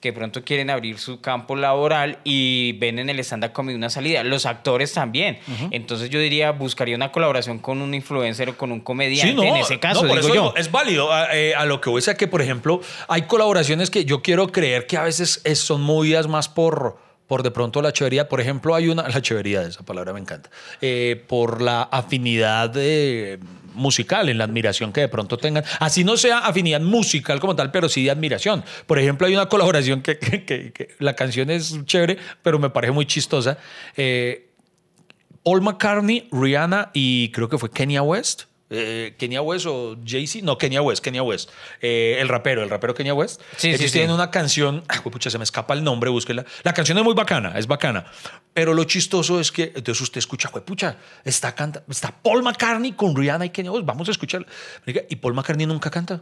que pronto quieren abrir su campo laboral y ven en el stand-up comedy una salida. Los actores también. Entonces, yo diría, buscaría una colaboración con un influencer o con un comediante. Sí, no, en ese caso, no, por digo eso yo. digo, es válido. A, eh, a lo que voy es a que, por ejemplo, hay colaboraciones que yo quiero creer que a veces es- son movidas más por, por de pronto la chévería. Por ejemplo, hay una, la chévería, esa palabra me encanta, Eh, por la afinidad eh, musical, en la admiración que de pronto tengan. Así no sea afinidad musical como tal, pero sí de admiración. Por ejemplo, hay una colaboración que, que- que- que la canción es chévere, pero me parece muy chistosa. Eh, Paul McCartney, Rihanna y creo que fue Kenya West. Eh, Kenya West o Jay-Z. No, Kenya West, Kenya West. Eh, el rapero, el rapero Kenya West. Sí, Ellos sí, sí. tienen una canción. ah, juepucha, se me escapa el nombre, búsquela. La canción es muy bacana, es bacana. Pero lo chistoso es que entonces usted escucha, juepucha, está, canta, está Paul McCartney con Rihanna y Kenya West. Vamos a escuchar. Y Paul McCartney nunca canta.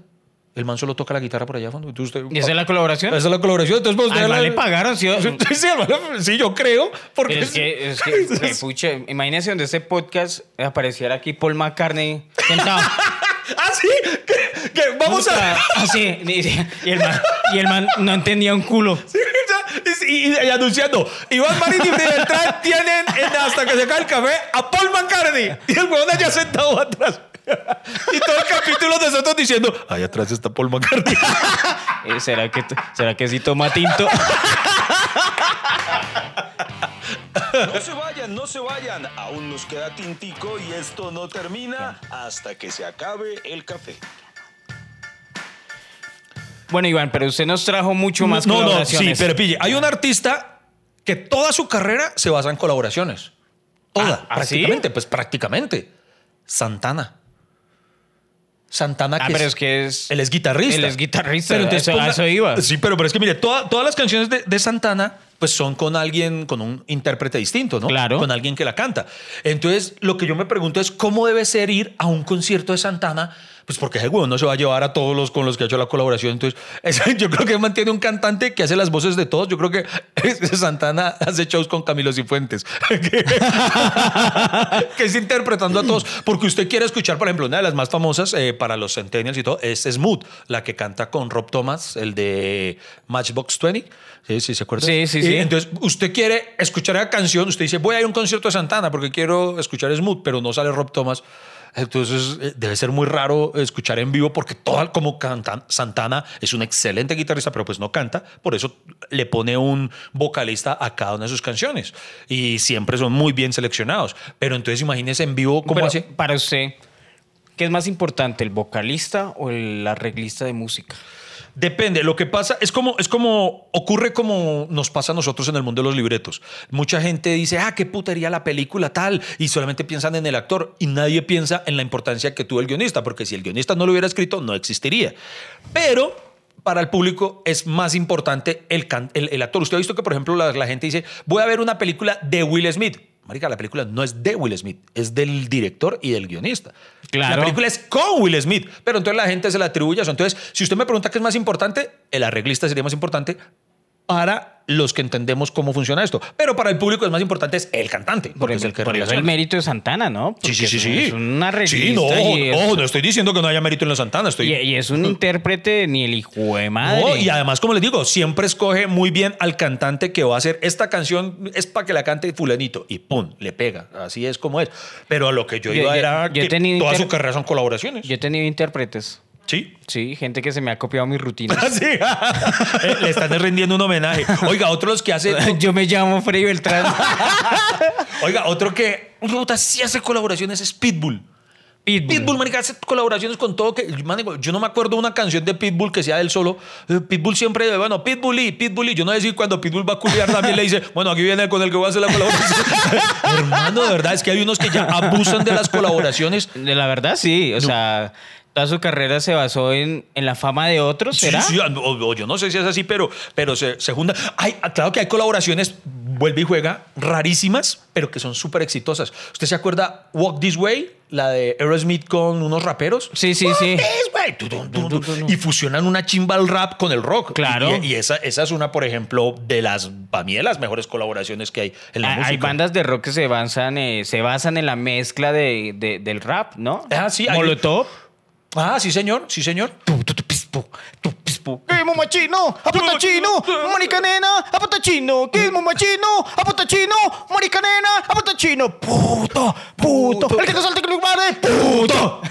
El man solo toca la guitarra por allá a fondo. Entonces usted- ¿Y esa es la colaboración? Esa es la colaboración. Entonces, pues, Al usted man la- le pagaron, ¿sí? Sí, sí, al man- sí, yo creo. Porque Es que, es que, me pucha, imagínese donde este podcast apareciera aquí Paul McCartney sentado. ¡Ah, sí! que- que vamos a. Así. ah, Y el man, y el man no entendía un culo. Sí, ya, y, y- y anunciando, Iván Marín y Fidel Beltrán tienen en hasta que se acabe el café a Paul McCartney. Y el huevón allá sentado atrás. Y todo el capítulo de nosotros diciendo, allá atrás está Paul McCartney. Eh, ¿Será que, ¿Será que sí toma tinto? No se vayan, no se vayan. Aún nos queda tintico y esto no termina hasta que se acabe el café. Bueno, Iván, pero usted nos trajo mucho más no, no, sí, colaboraciones. pero pille, hay un artista que toda su carrera se basa en colaboraciones. Toda, Ah, ¿ah, sí? prácticamente, pues prácticamente. Santana. Santana, Ah, que pero es, es que es. él es guitarrista. Él es guitarrista, Pero entonces a eso- a ponga- eso iba. Sí, pero, pero es que mire, toda- todas las canciones de, de Santana pues son con alguien, con un intérprete distinto, ¿no? Claro. Con alguien que la canta. Entonces, lo que yo me pregunto es cómo debe ser ir a un concierto de Santana, pues porque ese huevón no se va a llevar a todos los con los que ha hecho la colaboración. Entonces, es- yo creo que mantiene un cantante que hace las voces de todos. Yo creo que Santana hace shows con Camilo Cifuentes. que es interpretando a todos. Porque usted quiere escuchar, por ejemplo, una de las más famosas eh, para los centennials y todo, es Smooth, la que canta con Rob Thomas, el de Matchbox 20. Sí, sí, ¿se acuerda? Sí, sí, Y sí. Entonces, usted quiere escuchar la canción, usted dice, voy a ir a un concierto de Santana porque quiero escuchar Smooth, pero no sale Rob Thomas. Entonces, eh, debe ser muy raro escuchar en vivo porque todo como canta Santana es un excelente guitarrista, pero pues no canta. Por eso le pone un vocalista a cada una de sus canciones. Y siempre son muy bien seleccionados. Pero entonces, imagínese en vivo cómo Pero hace. Para usted, ¿qué es más importante, el vocalista o el arreglista de música? Depende, lo que pasa es como, es como ocurre como nos pasa a nosotros en el mundo de los libretos. Mucha gente dice, ah, qué putería la película tal, y solamente piensan en el actor, y nadie piensa en la importancia que tuvo el guionista, porque si el guionista no lo hubiera escrito, no existiría. Pero para el público es más importante el, can- el- el actor. Usted ha visto que, por ejemplo, la, la gente dice, voy a ver una película de Will Smith. Marica, la película no es de Will Smith, es del director y del guionista. Claro. La película es con Will Smith, pero entonces la gente se la atribuye a eso. Entonces, si usted me pregunta qué es más importante, el arreglista sería más importante para los que entendemos cómo funciona esto. Pero para el público es más importante es el cantante, porque es el que por eso relaciona. el mérito de Santana, ¿no? Sí, Porque sí, sí, es- sí. Es un arreglista. Sí, no, y es, no, no estoy diciendo que no haya mérito en la Santana, estoy y- y es un intérprete ni el hijo de madre. No, y además, como les digo, siempre escoge muy bien al cantante que va a hacer esta canción, es para que la cante fulanito, y pum, le pega. Así es como es. Pero a lo que yo Yo- iba yo- era yo que he tenido toda inter- su carrera son colaboraciones. Yo he tenido intérpretes. Sí. Sí, gente que se me ha copiado mis rutinas. Ah, sí. Eh, le están rendiendo un homenaje. Oiga, otro los que hace. Yo me llamo Freddy Beltrán. Oiga, otro que. Un puta sí hace colaboraciones es Pitbull. Pitbull. Pitbull, marica, hace colaboraciones con todo que... man, digo, yo no me acuerdo una canción de Pitbull que sea del solo. Eh, Pitbull siempre, bueno, Pitbull y Pitbull y yo no sé si cuando Pitbull va a culiar también le dice, bueno, aquí viene con el que voy a hacer la colaboración. Hermano, de verdad, es que hay unos que ya abusan de las colaboraciones. De la verdad, sí. O sea, toda su carrera se basó en, en la fama de otros, Sí, ¿será? sí, o- o yo no sé si es así, pero, pero se, se juntan. Hay, ah, claro que hay colaboraciones, vuelve y juega, rarísimas, pero que son súper exitosas. ¿Usted se acuerda Walk This Way? La de Aerosmith con unos raperos. Sí, sí, sí. Walk This Way. Tu, tu, tu, tu. Y fusionan una chimba al rap con el rock. Claro. Y, y esa, esa es una, por ejemplo, de las, para mí, de las mejores colaboraciones que hay en la Ah, música. Hay bandas de rock que se basan, eh, se basan en la mezcla de, de- del rap, ¿no? Ah, sí, hay- Molotov. Ah, sí, señor, sí, señor. Tu, tu, tu, pispu, tu, pispu. ¡Qué momachino! ¡Apotachino! ¡Maricanena! ¡Apotachino! ¡Qué momachino! ¡Apotachino! ¡Maricanena! ¡Apotachino! ¡Puto! ¡Puto! ¡El que te salte que lo guarde! ¡Puto!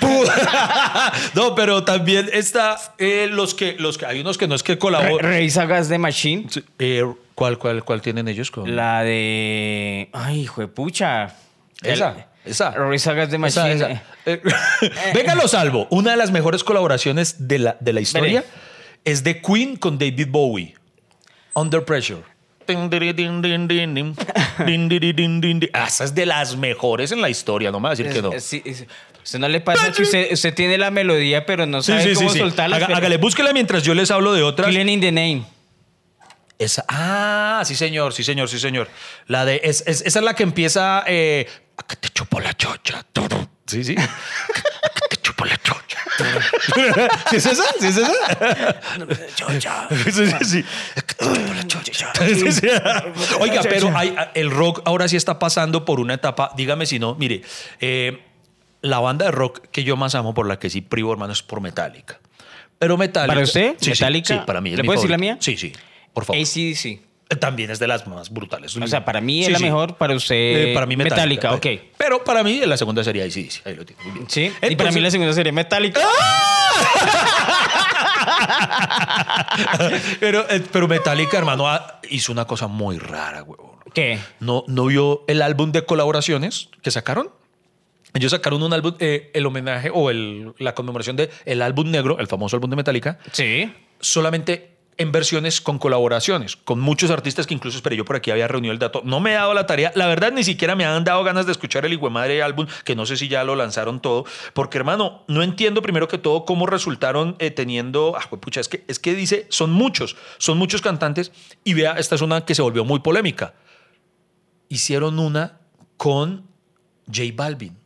no, pero también está eh, los que, los que, hay unos que no es que colaboran. Revisa Gas de Machine. Sí, eh, ¿cuál, cuál, ¿Cuál tienen ellos? Con? La de. Ay, hijo de pucha. Esa, El- esa. Revisa Gas de Esa, Machine. esa. Eh, Venga, lo salvo. Una de las mejores colaboraciones de la, de la historia Veré. es de Queen con David Bowie. Under Pressure. Din, diri, din, din, din, din. Din, diri, din, din, din. Ah, Esa es de las mejores en la historia, no me va a decir que no. Es- sí, es- usted no le pasa que usted, usted tiene la melodía, pero no sabe cómo soltarla. Haga- pero- hágale, búsquela mientras yo les hablo de otras. Killing in the Name. Esa, ah, sí, señor, sí, señor, sí, señor. La de. es- es- esa es la que empieza. Eh, acá te chupo la chocha. turu. Sí, sí. Acá te chupo la chocha. turu. ¿Sí es esa? ¿Sí es esa? Chocha. Sí, sí, sí. Acá te chupo la chocha. Sí, sí. Oiga, pero hay- el rock ahora sí está pasando por una etapa. Dígame si no. Mire, eh, la banda de rock que yo más amo, por la que sí privo, hermano, es por Metallica. Pero Metallica. ¿Para usted? Sí, sí, ¿Metallica? Sí, para mí. es ¿Le mi puedo decir la favorita. mía? Sí, sí. Por favor. Eh, ACDC. También es de las más brutales. O sea, para mí es Sí, la sí. mejor, para usted. Eh, para mí Metallica. pues. Eh. ok. Pero para mí la segunda sería ACDC. Ahí lo tiene. Muy bien. Sí. y para mí la segunda sería Metallica. ¡Ah! Entonces- pero, eh, pero Metallica, hermano, ah, hizo una cosa muy rara, huevón. ¿Qué? ¿No, ¿No vio el álbum de colaboraciones que sacaron? Ellos sacaron un álbum, eh, el homenaje o el- la conmemoración del el álbum negro, el famoso álbum de Metallica. Sí. Solamente en versiones con colaboraciones, con muchos artistas que incluso esperé yo por aquí había reunido el dato. No me he dado la tarea, la verdad ni siquiera me han dado ganas de escuchar el hijo madre álbum, que no sé si ya lo lanzaron todo, porque hermano, no entiendo primero que todo cómo resultaron eh, teniendo, ah, pues, pucha, es que es que dice, son muchos, son muchos cantantes y vea, esta es una que se volvió muy polémica. Hicieron una con J Balvin.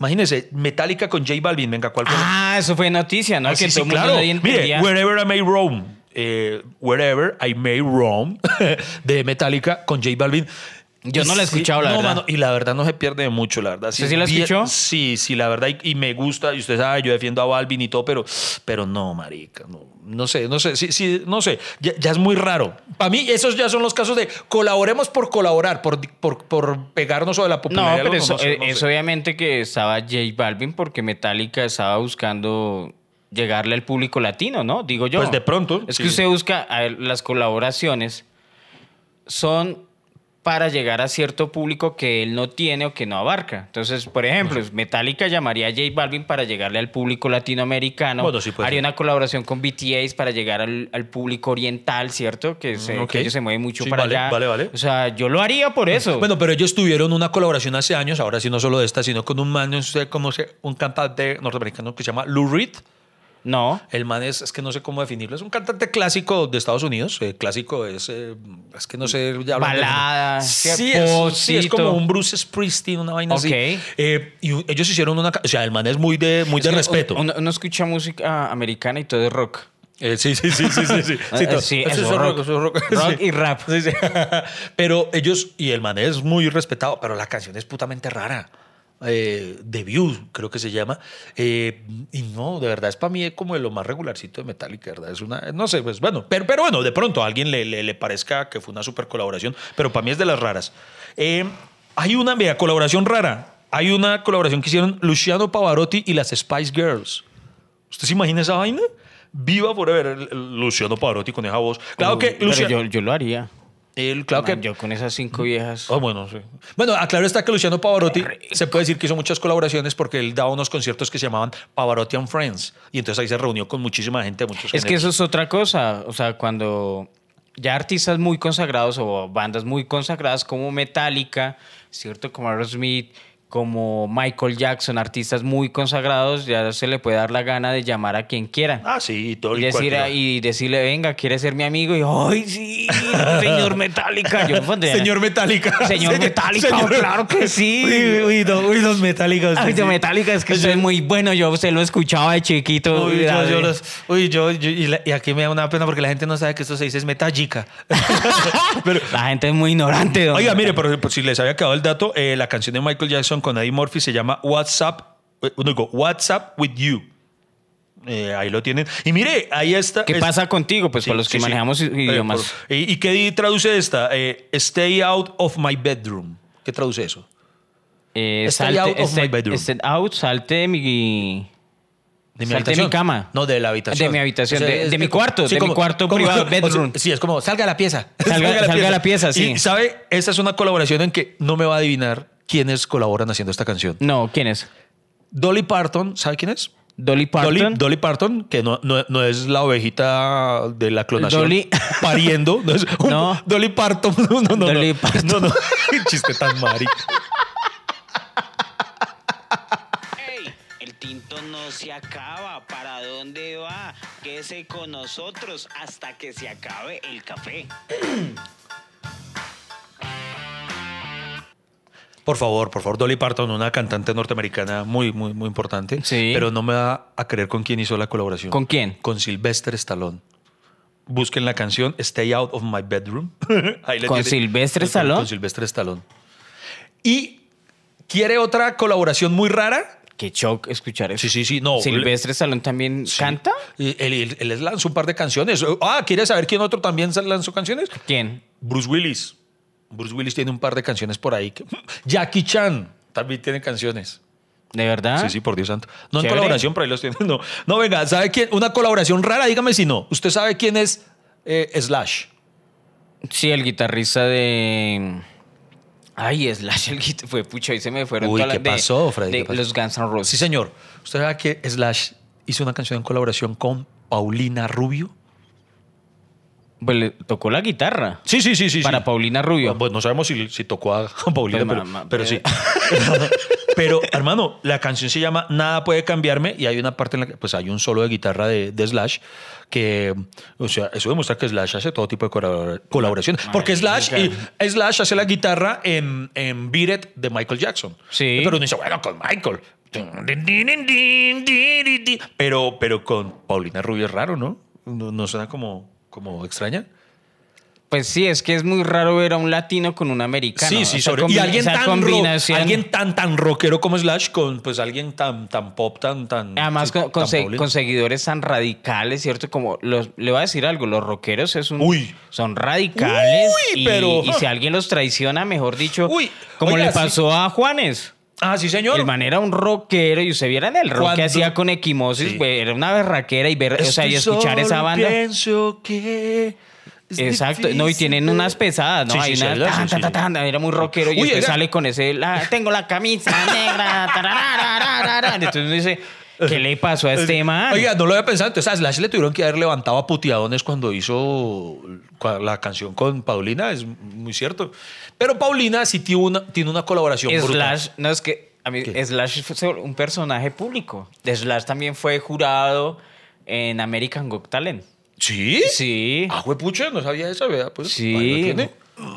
Imagínense, Metallica con J Balvin, venga, ¿cuál fue? la- Ah, eso fue noticia, ¿no? Sí, que Pues sí, todo el mundo claro. ahí Mire, entendía. Wherever I May Roam, eh, Wherever I May Roam, de Metallica con J Balvin. Yo no la he Sí, escuchado, la no, verdad. mano, y la verdad no se pierde de mucho, la verdad. ¿Usted sí la bien- escuchó? Sí, sí, la verdad. Y, y me gusta. Y usted sabe, yo defiendo a Balvin y todo, pero, pero no, marica. No, no sé, no sé. Sí, sí, no sé. Ya, ya es muy raro. Para mí, esos ya son los casos de colaboremos por colaborar, por, por, por pegarnos o de la No, popularidad. de pero los eso, famosos, eh, no sé. es obviamente que estaba J Balvin porque Metallica estaba buscando llegarle al público latino, ¿no? Digo yo. Pues de pronto, Es sí. que usted busca a ver, las colaboraciones son para llegar a cierto público que él no tiene o que no abarca. Entonces, por ejemplo, Metallica llamaría a J Balvin para llegarle al público latinoamericano. Bueno, sí puede Haría ser. una colaboración con BTS para llegar al, al público oriental, ¿cierto? Que, se, que Mm, ok. ellos se mueven mucho Sí, para vale, allá. vale, vale. Mm. O sea, yo lo haría por eso. Bueno, pero ellos tuvieron una colaboración hace años, ahora sí no solo de esta, sino con un man, no sé cómo se, un cantante norteamericano que se llama Lou Reed. no. El man es, es que no sé cómo definirlo, es un cantante clásico de Estados Unidos. eh, clásico es, eh, es que no sé. ya hablando de- Balada, Sí es, sí, es popcito. como un Bruce Springsteen, una vaina Ok. así. Eh, y u- ellos hicieron una. ca- O sea, el man es muy de, muy Es de que respeto. Uno, uno escucha música americana y todo es rock. Eh, sí, sí, sí, sí, sí. sí. Sí, Eh, to- sí, eso eso, es rock, rock. eso es rock. Rock Sí. y rap. Sí, sí. Pero ellos, y el man es muy respetado, pero la canción es putamente rara. Eh, The View, creo que se llama. Eh, y no, de verdad, es para mí como de lo más regularcito de Metallica, ¿verdad? Es una, no sé, pues bueno, pero, pero bueno, de pronto a alguien le, le- le parezca que fue una super colaboración, pero para mí es de las raras. Eh, hay una, mira, colaboración rara. Hay una colaboración que hicieron Luciano Pavarotti y las Spice Girls. ¿Usted se imagina esa vaina? Viva Forever, el- el Luciano Pavarotti con esa voz. Claro Uy, que pero Luciano. yo, yo lo haría. el- claro que. Man, Yo con esas cinco viejas. Ah, bueno, sí. Bueno, aclaro está que Luciano Pavarotti se puede decir que hizo muchas colaboraciones porque él daba unos conciertos que se llamaban Pavarotti and Friends. Y entonces ahí se reunió con muchísima gente de muchos es que eso es otra cosa. O sea, cuando ya artistas muy consagrados o bandas muy consagradas como Metallica, ¿cierto? Como Aerosmith, como Michael Jackson, artistas muy consagrados, ya se le puede dar la gana de llamar a quien quiera. Ah, sí, todo Y, y decir, cualquiera. y decirle, venga, ¿quiere ser mi amigo? Y, ¡ay, sí! Señor Metallica. Yo "Pues, me pondría- Señor Metallica. Señor Metallica, claro que sí. Uy, uy, no, uy, los Metallica. usted Ay, de sí. Metallica, es que usted es muy bueno. Yo usted lo escuchaba de chiquito. Uy, yo, Ay, yo los- uy, yo- yo- y, la- y aquí me da una pena porque la gente no sabe que esto se dice es metallica. Pero- La gente es muy ignorante. don oiga, Metallica. mire, por, por si les había quedado el dato, eh, la canción de Michael Jackson con Eddie Murphy se llama WhatsApp, eh, no, digo, WhatsApp with You. Eh, ahí lo tienen. Y mire, ahí está. ¿Qué es- pasa contigo? Pues Sí, para los que sí, sí. manejamos Eh, idiomas. por- ¿Y, y qué di- traduce esta? Eh, stay out of my bedroom. ¿Qué traduce eso? Eh, Stay salte, out of stay- my bedroom. stay out, salte de mi. De Salte de mi cama. No, de la habitación. De mi habitación, O sea, de- es- de mi cuarto, de mi cuarto privado, o sea, bedroom. sí, es como, salga a la pieza. Salga- salga a la pieza, sí. Y, ¿sabe? Esa es una colaboración en que no me va a adivinar quiénes colaboran haciendo esta canción. No, ¿quién es? Dolly Parton, ¿sabe quién es? Dolly Parton. Dolly, Dolly Parton, que no, no, no es la ovejita de la clonación Dolly- pariendo. No, es un- No. Dolly Parton. No, no, no. Dolly no. Parton. No, no. Chiste tan marica. ¡Ey! El tinto no se acaba. ¿Para dónde va? Quédese con nosotros hasta que se acabe el café. Por favor, por favor, Dolly Parton, una cantante norteamericana muy, muy, muy importante. Sí. Pero no me va a creer con quién hizo la colaboración. ¿Con quién? Con Sylvester Stallone. Busquen la canción Stay Out of My Bedroom. Ahí la ¿Con tienen. Sylvester Stallone? Con Sylvester Stallone. Y quiere otra colaboración muy rara. Qué shock escuchar eso. Sí, sí, sí, no. ¿Silvestre Salón también Sí. canta? Y Él, él- él les lanzó un par de canciones. Ah, ¿quieres saber quién otro también se lanzó canciones? ¿Quién? Bruce Willis. Bruce Willis tiene un par de canciones por ahí. que- Jackie Chan también tiene canciones. ¿De verdad? Sí, sí, por Dios santo. No en Chévere. colaboración, pero ahí los tienen. No, no venga, ¿sabe quién? Una colaboración rara, dígame si no. ¿Usted sabe quién es eh, Slash? Sí, el guitarrista de. Ay, Slash, el guitarrista. Fue pucho, ahí se me fueron Uy, todas ¿qué las de- pasó, Freddy? de ¿Qué pasó? los Guns N' Roses. Sí, señor. ¿Usted sabe que Slash hizo una canción en colaboración con Paulina Rubio? Pues le tocó la guitarra. Sí, sí, sí, sí. sí. para Paulina Rubio. Pues no sabemos si, si tocó a Paulina, Pues, ma- pero, ma- pero sí. pero, hermano, la canción se llama Nada puede cambiarme y hay una parte en la que pues hay un solo de guitarra de, de Slash que, o sea, eso demuestra que Slash hace todo tipo de colabora- colaboración. Porque Slash, y- Slash hace la guitarra en, en Beat It de Michael Jackson. Sí. Pero uno dice, bueno, con Michael. Pero, pero con Paulina Rubio es raro, ¿no? ¿No, no suena como, como extraña? Pues sí, es que es muy raro ver a un latino con un americano. Sí, sí, O sea, sobre combi- y alguien esa tan, ro- combinación. alguien tan tan rockero como Slash con pues alguien tan tan pop, tan tan Además, sí, con, con tan se- Paulina. con seguidores tan radicales, ¿cierto? Como los, le voy a decir algo, los rockeros es un, Uy. son radicales. Uy, y, pero- y si alguien los traiciona, mejor dicho, Uy, como oiga, le sí. pasó a Juanes. Ah, sí, señor. El man era un rockero y usted vieran el rock Cuando- que hacía con Equimosis, Sí. güey, era una berraquera y ver, o sea, y Estoy escuchar esa solo, banda. Pienso que es Exacto, no, y difícil tienen de- unas pesadas, ¿no? Sí, sí, Hay sí, una ¿verdad? tan, Sí, tan, sí, tan, sí. tan, era muy rockero y Uy, después oiga. sale con ese, la- tengo la camisa negra, tarararararara. entonces uno dice, ¿qué le pasó a este man? Oiga, no lo había pensado. Entonces, a Slash le tuvieron que haber levantado a puteadones cuando hizo cua- la canción con Paulina, es muy cierto. Pero Paulina sí tiene una, tiene una colaboración brutal. Slash, no es que a mí ¿Qué? Slash fue un personaje público. Slash también fue jurado en American Got Talent. ¿Sí? Sí. Ah, pucha, no sabía esa, ¿verdad? Pues, Sí. ahí lo tiene.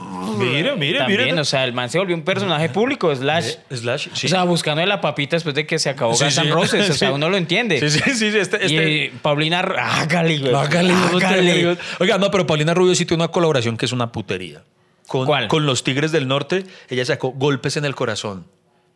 Mire, mire, también, mire. o sea, el man se volvió un personaje público, Slash. Eh, Slash, sí. O sea, buscando de la papita después de que se acabó Sí, Guns N' sí. Roses. O sea, Sí. uno lo entiende. Sí, sí, sí, sí, este- Y este- eh, Paulina, R- hágale, güey. Hágale, Hágale. hágale. Oiga, no, pero Paulina Rubio sí tiene una colaboración que es una putería. Con, ¿Cuál? con los Tigres del Norte, ella sacó Golpes en el Corazón.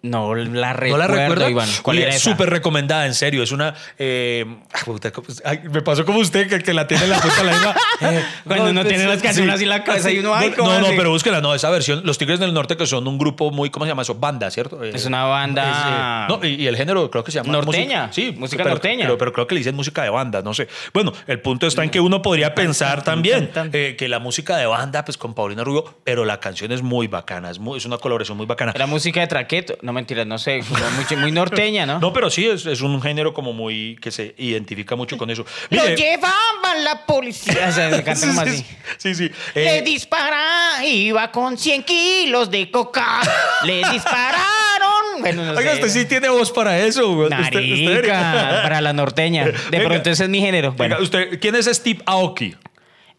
No la recuerdo, ¿No la recuerda? Iván. ¿Cuál Oye, era esa? Súper recomendada, en serio. Es una... eh, ay, puta, ¿cómo es? Ay, me pasó como usted, que, que la tiene en la puta la misma. eh, Cuando uno golpes, tiene las canciones así en la cabeza y Pues uno, ay, ¿cómo No, no, así? pero búsquela. No, esa versión. Los Tigres del Norte, que son un grupo muy... ¿Cómo se llama eso? Banda, ¿cierto? Eh, Es una banda- es, eh, no, y, y el género creo que se llama... Norteña. música- sí. Música pero- norteña. Pero, pero creo que le dicen música de banda, no sé. Bueno, el punto está en que uno podría pensar también tan, tan. eh, que la música de banda, pues con Paulina Rubio, pero la canción es muy bacana. Es, muy- es una colaboración muy bacana. Era música de traqueto. No, mentiras, no sé. como Muy, muy norteña, ¿no? No, pero sí, es, es un género como muy que se identifica mucho con eso. Mire, llevaban la policía. O sea, se canta como así. sí, sí. Eh, dispararon, iba con 100 kilos de coca. Le dispararon. Bueno, no oiga, sé. usted sí tiene voz para eso. güey. Usted- usted- Narica, para la norteña. De Venga. pronto ese es mi género. Bueno, Venga, usted, ¿Quién es Steve Aoki?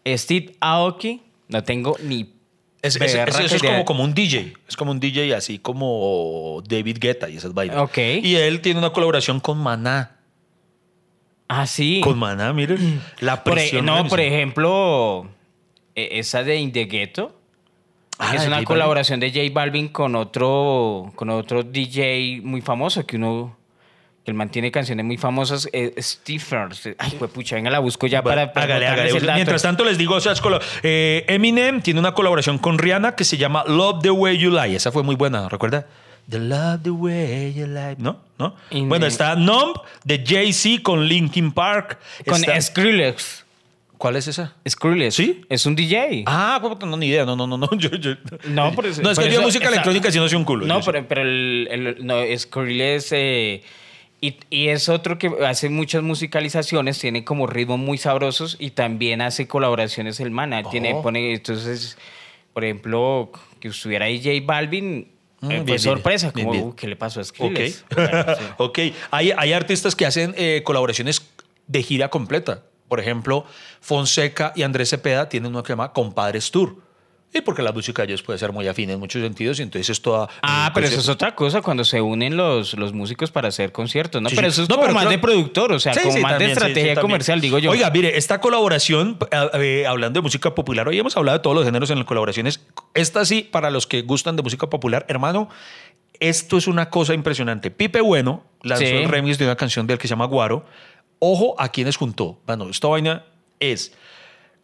Steve Aoki, no tengo ni. Es- es- es- berraca eso es idea. como, como un DJ. Es como un DJ así como David Guetta y esas vainas. Ok. Y él tiene una colaboración con Maná. Ah, sí. Con Maná, miren. La Por e- presión. de no, mis- por ejemplo, e- esa de In The Ghetto. Ah, es de una J Balvin. colaboración de J Balvin con otro, con otro DJ muy famoso que uno. Que él mantiene canciones muy famosas. eh, Stephers. Ay, pues pucha, venga, la busco ya Bueno, para. para hágale, botarles hágale. el dato. Mientras tanto, les digo, o sea, es colo- eh, Eminem tiene una colaboración con Rihanna que se llama Love the Way You Lie. Esa fue muy buena, ¿recuerda? The Love the Way You Lie. ¿No? ¿No? Y bueno, me- está Numb de Jay-Z con Linkin Park. Con Está- Skrillex. ¿Cuál es esa? Skrillex. ¿Sí? Es un DJ. Ah, puta, no, ni idea. No, no, no, no. Yo, yo- No, por eso- No, es por que yo eso- música esa- electrónica si no soy un culo. No, Yo pero, pero el, el- no, Skrillex eh, y, y es otro que hace muchas musicalizaciones, tiene como ritmos muy sabrosos y también hace colaboraciones el mana. Tiene, Oh. pone, entonces, por ejemplo, que estuviera ahí J Balvin, Mm, eh, bien, fue bien, sorpresa, bien, como, bien. "Uh, ¿qué le pasó a Skrillex? Ok. Bueno, sí. ok. Hay, hay artistas que hacen eh, colaboraciones de gira completa. Por ejemplo, Fonseca y Andrés Cepeda tienen una que se llama Compadres Tour. Y porque la música de ellos puede ser muy afín en muchos sentidos, y entonces es toda. Ah, pero eso es entonces- otra cosa cuando se unen los, los músicos para hacer conciertos, ¿no? Sí, pero sí. eso es No, como pero más creo- de productor, o sea, Sí, como sí, más también, de sí, sí, estrategia también. comercial, digo yo. Oiga, mire, esta colaboración, a- eh, hablando de música popular, hoy hemos hablado de todos los géneros en las colaboraciones. Esta sí, para los que gustan de música popular, hermano, esto es una cosa impresionante. Pipe Bueno lanzó Sí. el remix de una canción del que se llama Guaro. Ojo a quienes juntó. Bueno, esta vaina es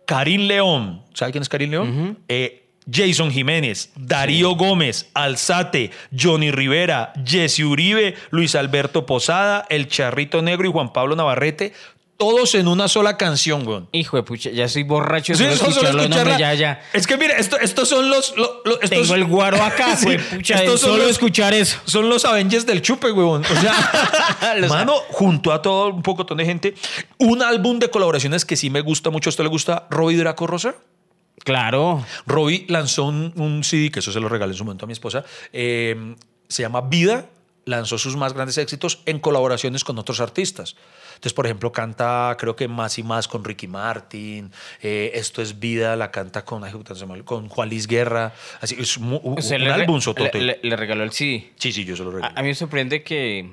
Karim León. ¿Sabe quién es Karim León? Eh, Jason Jiménez, Darío Gómez, Alzate, Johnny Rivera, Jesse Uribe, Luis Alberto Posada, El Charrito Negro y Juan Pablo Navarrete. todos en una sola canción, weón. Hijo de pucha, ya soy borracho. Sí, solo eso solo escuchar los escucharla- nombres, ya, ya. Es que mire, esto- estos son los. lo- lo- estos- Tengo el guaro acá, Sí, güey. Pucha, estos de son solo los- escuchar eso. Son los Avengers del chupe, weón. O sea, mano, junto a todo un poco de gente. Un álbum de colaboraciones que sí me gusta mucho. ¿A usted le gusta Robbie Draco Rosa? Claro. Robbie lanzó un, un CD, que eso se lo regalé en su momento a mi esposa, eh, se llama Vida, lanzó sus más grandes éxitos en colaboraciones con otros artistas. Entonces, por ejemplo, canta, creo que más y más con Ricky Martin, eh, Esto es Vida, la canta con, ay, puta, se me olvidó, con Juan Luis Guerra, así, es mu- un, O sea, un re- álbum sotote. Pues le- le- Ah, le regaló el CD. sí, sí, yo se lo regalé. A, a mí me sorprende que,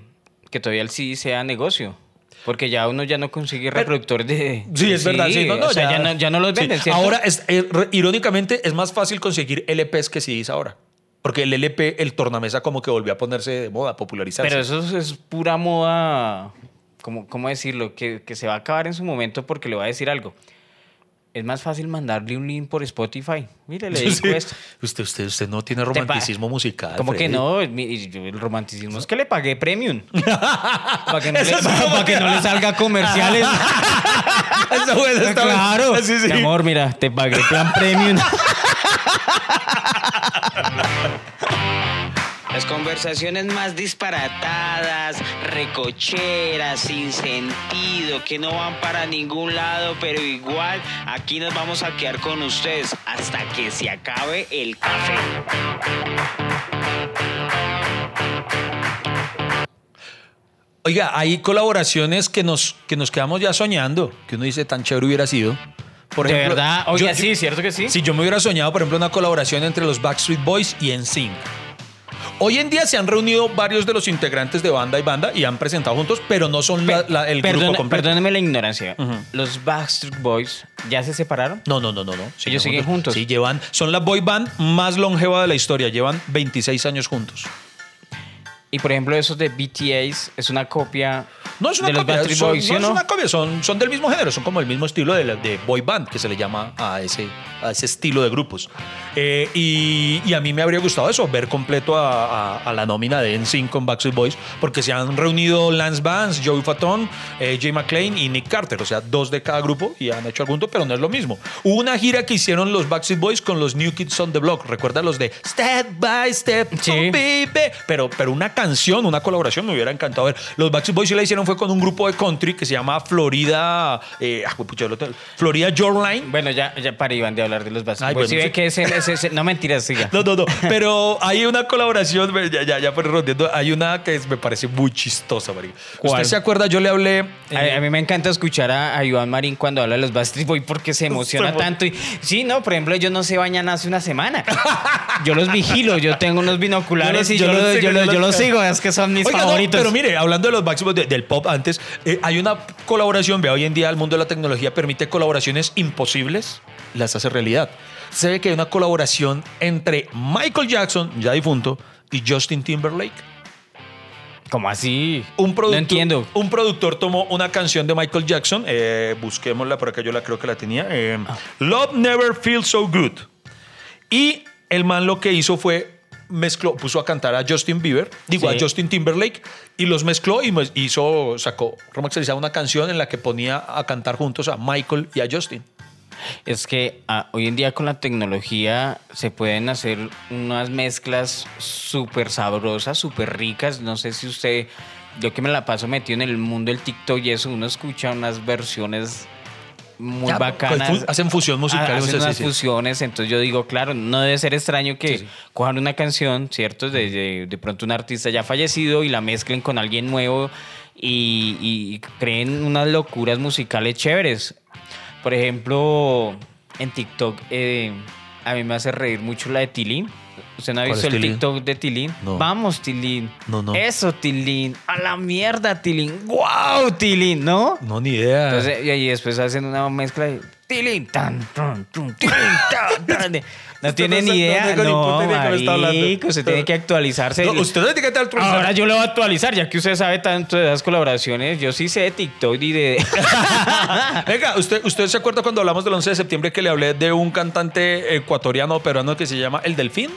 que todavía el CD sea negocio. Porque ya uno ya no consigue reproductor de. Sí, de es verdad. Sí, CD, no, no, o sea, ya, no, ya no los sí. venden, ¿cierto? Ahora, es- eh, re- irónicamente, es más fácil conseguir LPs que CDs ahora. Porque el LP, el tornamesa, como que volvió a ponerse de moda, popularizarse. Pero eso es- es pura moda. ¿Cómo, cómo decirlo? Que, que se va a acabar en su momento porque le va a decir algo. Es más fácil mandarle un link por Spotify. Mire, le Sí. dedico esto. Usted, usted, usted no tiene Te pa- romanticismo musical. ¿Cómo que Freddy. no? Mi- y yo- El romanticismo es que le pagué premium. para que, no Eso le, es como para que que- no le salga comerciales. Esa buena está buena. Ah, claro. Sí, sí. Mi amor, mira, te pagué plan premium. Las conversaciones más disparatadas, recocheras, sin sentido, que no van para ningún lado, pero igual aquí nos vamos a quedar con ustedes hasta que se acabe el café. Oiga, hay colaboraciones que nos, que nos quedamos ya soñando, que uno dice tan chévere hubiera sido. Por De ejemplo, verdad. Oye, yo- yo- sí, ¿cierto que sí? Si yo me hubiera soñado, por ejemplo, una colaboración entre los Backstreet Boys y NSYNC. Hoy en día se han reunido varios de los integrantes de banda y banda y han presentado juntos, pero no son la- la- el Perdona- grupo completo. Perdóneme la ignorancia. Ujú. ¿Los Backstreet Boys ya se separaron? No, no, no, no, no. Ellos siguen juntos. Sí, llevan, son la boy band más longeva de la historia. Llevan 26 años juntos. Y por ejemplo, esos de BTS es una copia No es una de los copia, Backstreet son- Boys, ¿sí no o es no? una copia, son, son del mismo género, son como el mismo estilo de, la- de boy band que se le llama a ese, a ese estilo de grupos. Eh, y, y a mí me habría gustado eso, ver completo a, a- a la nómina de NSYNC con Backstreet Boys, porque se han reunido Lance Vance, Joey Fatone, eh, Jay McClain y Nick Carter, o sea, dos de cada grupo y han hecho algún junto, pero no es lo mismo. Hubo una gira que hicieron los Backstreet Boys con los New Kids on the Block, recuerda los de Step by Step, Sí. oh, baby. Pero, pero una canción, una colaboración me hubiera encantado ver. Los Backstreet Boys sí la hicieron fue con un grupo de country que se llama Florida. Eh, ah, pucha, el hotel. Florida Line. Bueno, ya, ya para Iván de hablar de los Backstreet Ay, Boys. bueno, Sí, sí. ve que ese- ese- ese- no mentiras, siga. No, no, no. Pero hay una colaboración, ve, ya, ya, ya, por rondeando, Hay una que es- me parece muy chistosa, marica. ¿Cuál? ¿Usted se acuerda? Yo le hablé. eh, A, a mí me encanta escuchar a, a Iván Marín cuando habla de los Backstreet Boys porque se emociona Se emo- tanto. Y, sí, no, por ejemplo, ellos no se bañan hace una semana. Yo los vigilo, yo tengo unos binoculares Yo los- y yo, yo los lo- yo sigo, yo lo- yo los- los sigo, es que son mis Oiga, no, favoritos. pero mire, hablando de los máximos de- del pop antes, eh, hay una colaboración, vea, hoy en día el mundo de la tecnología permite colaboraciones imposibles, las hace realidad. Se ve que hay una colaboración entre Michael Jackson, ya difunto, y Justin Timberlake. ¿Cómo así? Un productor, No entiendo. Un productor tomó una canción de Michael Jackson, eh, busquémosla por acá, yo la creo que la tenía. eh, Ah. Love Never Feels So Good. Y el man lo que hizo fue mezcló, puso a cantar a Justin Bieber, digo Sí. a Justin Timberlake, y los mezcló y mes- hizo, sacó, remasterizaba una canción en la que ponía a cantar juntos a Michael y a Justin. Es que ah, hoy en día con la tecnología se pueden hacer unas mezclas súper sabrosas, súper ricas. No sé si usted, yo que me la paso metido en el mundo del TikTok y eso, uno escucha unas versiones muy Ya, pues, bacanas. fu- hacen fusión musical, Ah, o Hacen sea, sí, unas sí. fusiones, entonces yo digo, claro, no debe ser extraño que sí. cojan una canción, ¿cierto? De, de, de pronto un artista ya fallecido y la mezclen con alguien nuevo y, y creen unas locuras musicales chéveres. Por ejemplo, en TikTok eh, a mí me hace reír mucho la de Tilín. ¿Usted no ha ¿Cuál visto es el Tilín? TikTok de Tilín? No. Vamos, Tilín. No, no. Eso, Tilín. A la mierda, Tilín. ¡Guau, Tilín! ¿No? No, ni idea. Entonces, y ahí después hacen una mezcla de tilín, tan, tron, tron, tilín, tan, tan, de- No Usted tiene no ni sabe- no idea. tengo ni No, puta idea de qué me está hablando. marico, se tiene que actualizarse. No, El- usted no tiene que estar Ahora yo lo voy a actualizar, ya que usted sabe tanto de esas colaboraciones. Yo sí sé de TikTok y de... Ah. Venga, ¿usted, ¿usted se acuerda cuando hablamos del 11 de septiembre que le hablé de un cantante ecuatoriano o peruano que se llama El Delfín?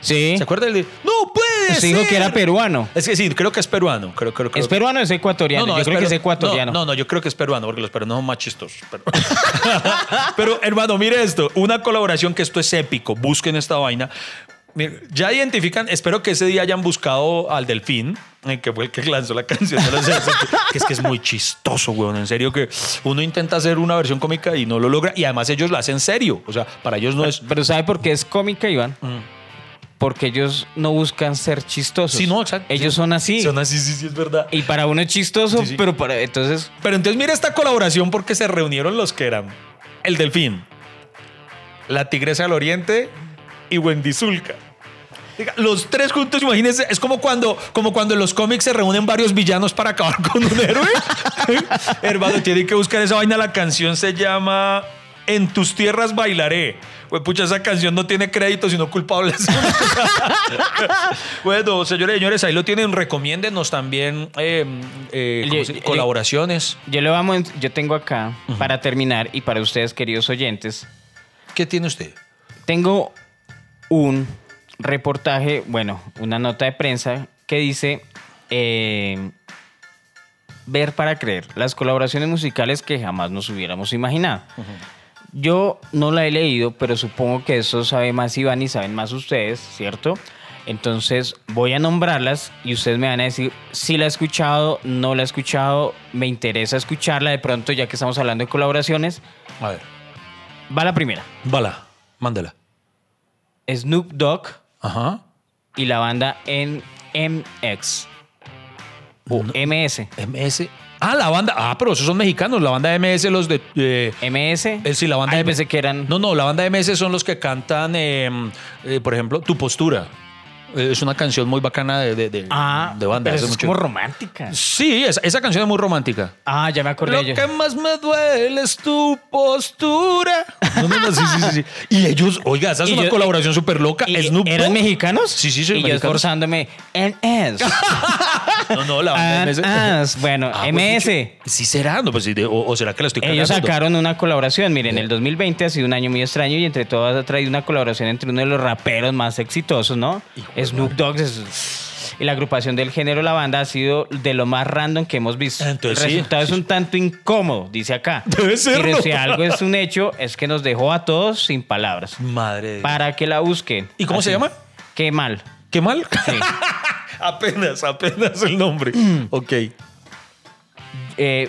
Sí. ¿Se acuerda? El de, no puede Se dijo que ser". era peruano. Es que sí, creo que es peruano. Creo, creo, creo ¿Es peruano o es ecuatoriano? Yo creo peru- que es ecuatoriano. No, no, no, yo creo que es peruano, porque los peruanos son más chistosos. Pero, Pero, hermano, mire esto. Una colaboración que esto es épico. Busquen esta vaina. Mire, Ya identifican, espero que ese día hayan buscado al Delfín, eh, que fue el que lanzó la canción. de los Sex Pistols, que es que es muy chistoso, weón. En serio, que uno intenta hacer una versión cómica y no lo logra. Y además ellos la hacen serio. O sea, para ellos no es... Pero ¿sabe por qué es cómica, Iván? Mm. Porque ellos no buscan ser chistosos. Sí, no, exacto. Ellos Sí. son así. Son así, sí, sí, es verdad. Y para uno es chistoso, Sí, sí. pero para... Entonces, Pero entonces mira esta colaboración porque se reunieron los que eran el delfín, la tigresa del oriente y Wendy Zulka. Diga, Los tres juntos, imagínense, es como cuando, como cuando en los cómics se reúnen varios villanos para acabar con un héroe. Hermano, tienen que buscar esa vaina. La canción se llama En tus tierras bailaré. Güey, pucha, esa canción no tiene crédito, sino culpables. bueno, señores y señores, ahí lo tienen. Recomiéndenos también eh, eh, ¿cómo Oye, se- oye. colaboraciones. yo le vamos... en- Yo tengo acá, para terminar, y para ustedes, queridos oyentes, ¿Qué tiene usted? Tengo un reportaje, bueno, una nota de prensa que dice eh, ver para creer las colaboraciones musicales que jamás nos hubiéramos imaginado. Yo no la he leído, pero supongo que eso sabe más Iván y saben más ustedes, ¿cierto? Entonces voy a nombrarlas y ustedes me van a decir si la he escuchado, no la he escuchado, me interesa escucharla de pronto ya que estamos hablando de colaboraciones. A ver, Va la primera. bala, mándala. Snoop Dogg Ajá. y la banda en MX Oh, o MS. MS. Ah, la banda. Ah, pero esos son mexicanos. La banda MS, los de. eh, MS. eh, sí, la banda Ah, yo M- pensé que eran. No, no, la banda MS son los que cantan, eh, eh, por ejemplo, Tu Postura. Eh, es una canción muy bacana de, de, de- ah, de banda. pero hace es mucho- como romántica. Sí, esa, esa canción es muy romántica. Ah, ya me Lo acordé. yo. que más me duele es tu postura. No, no, no, sí, sí, sí, sí. Y ellos, oiga, esa es Y una yo- eh, colaboración súper loca. ¿Y Snoop ¿Eran Dogg. mexicanos? Sí, sí, Y yo sí, mexicanos. esforzándome. MS. No, no, la Ah, banda MS. MS. Bueno, Ah, pues, MS. mucho- sí será, no, pues, sí, de- o, o será que la estoy Ellos cagando. Eh. sacaron una colaboración. Miren, el 2020 ha sido un año muy extraño y entre todas ha traído una colaboración entre uno de los raperos más exitosos, ¿no? Snoop Dogg. es- y la agrupación del género La Banda ha sido de lo más random que hemos visto. Entonces, el sí, resultado es un tanto incómodo, dice acá. Debe serlo. Pero si algo es un hecho, es que nos dejó a todos sin palabras. Madre de Para que la busquen. ¿Y cómo se llama? Qué mal. ¿Qué mal? Sí. Mm. apenas, apenas el nombre. ok. Eh,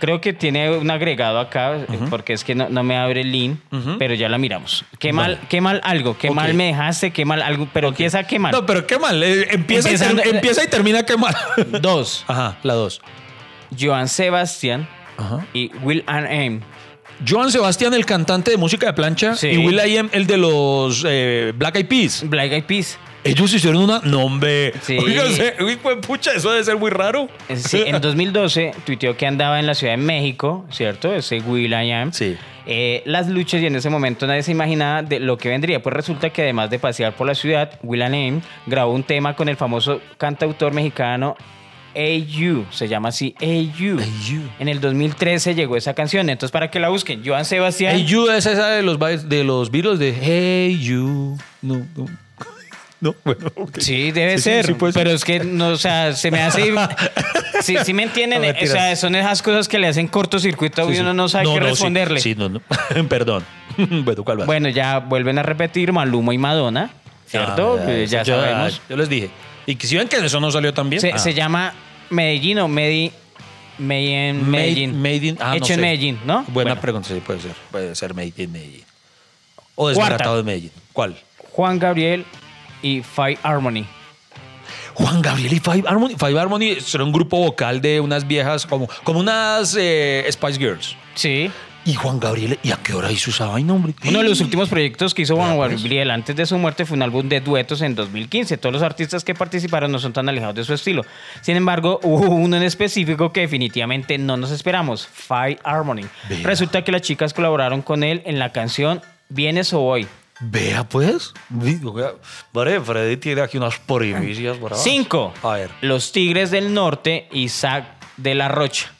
creo que tiene un agregado acá, eh, porque es que no, no me abre el link, pero ya la miramos. Qué mal, qué mal algo, qué Ok. mal me dejaste, qué mal algo, pero empieza qué mal. No, pero qué mal. eh, empieza, y ter- Empezando- empieza y termina qué mal. Dos, Ajá, la dos. Joan Sebastián Ajá. y Will and eh, Aim. Joan Sebastián, el cantante de música de plancha, Sí. y Will I Am, el de los eh, Black Eyed Peas. Black Eyed Peas. Ellos hicieron una. No, hombre. Sí. Oiga, se- uy, pues, pucha, eso debe ser muy raro. Eh, sí, en 2012 tuiteó que andaba en la Ciudad de México, ¿cierto? Ese Will I Am. Sí. Eh, las luchas y en ese momento nadie se imaginaba de lo que vendría. Pues resulta que además de pasear por la ciudad, Will I Am grabó un tema con el famoso cantautor mexicano A.U. Se llama así A.U. A.U.. En el 2013 llegó esa canción. Entonces, para que la busquen, Joan Sebastián. Hey You es esa de los, ba- de los Beatles de Hey You. No, no. No, bueno, ok. Sí, debe Sí, sí, ser. sí pues. puede ser. pero es que, no, o sea, se me hace. Si sí, me entienden, eh, No, o mentiras. sea, son esas cosas que le hacen cortocircuito Sí, y sí. uno no sabe qué sí. responderle. Sí, no, no. Perdón. bueno, ¿cuál va? Bueno, ya vuelven a repetir Maluma y Madonna, ¿cierto? Ah, Eh, ya yo- sabemos. Yo les dije. Y que si ven que eso no salió tan bien. Se, ah. se llama Medellín o Medi, Made in Made- Medellín. Made in- ah, no Hecho en sé. Medellín, ¿no? Buena Bueno, pregunta, sí, puede ser. Puede ser Made in Medellín. O Desbaratado de Medellín. ¿Cuál? Juan Gabriel y Five Harmony. Juan Gabriel y Five Harmony. Five Harmony será un grupo vocal de unas viejas, como, como unas eh, Spice Girls. Sí. Y Juan Gabriel, ¿y a qué hora hizo esa vaina, hombre? Uno de los últimos proyectos que hizo Juan Gabriel antes de su muerte fue un álbum de duetos en 2015. Todos los artistas que participaron no son tan alejados de su estilo. Sin embargo, hubo uno en específico que definitivamente no nos esperamos, Five Harmony. Vea. Resulta que las chicas colaboraron con él en la canción Vienes o Voy. Vea, pues. Digo, vea. Vale, Freddy tiene aquí unas primicias bravas. Cinco. A ver. Los Tigres del Norte y Zac de la Rocha.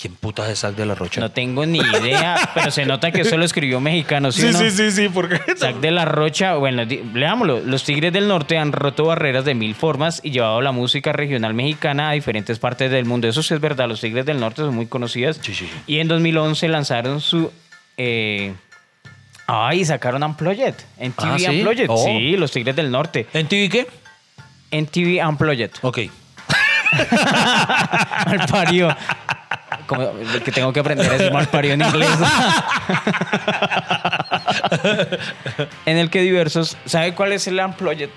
¿Quién puta es Zack de la Rocha? No tengo ni idea, pero se nota que eso lo escribió un mexicano, ¿sí, o no? sí, sí, porque... Zack de la Rocha, bueno, di- leámoslo. Los Tigres del Norte han roto barreras de mil formas y llevado la música regional mexicana a diferentes partes del mundo. Eso sí es verdad, los Tigres del Norte son muy conocidas. Sí, sí, sí. Y en 2011 lanzaron su... eh, Ay, sacaron Unplugged. En TV Ah, ¿sí? Unplugged. Oh. Sí, los Tigres del Norte. ¿En TV qué? En TV Unplugged. Ok. mal parió. Como el que tengo que aprender es mal parió en inglés. en el que diversos. ¿Sabe cuál es el unplugged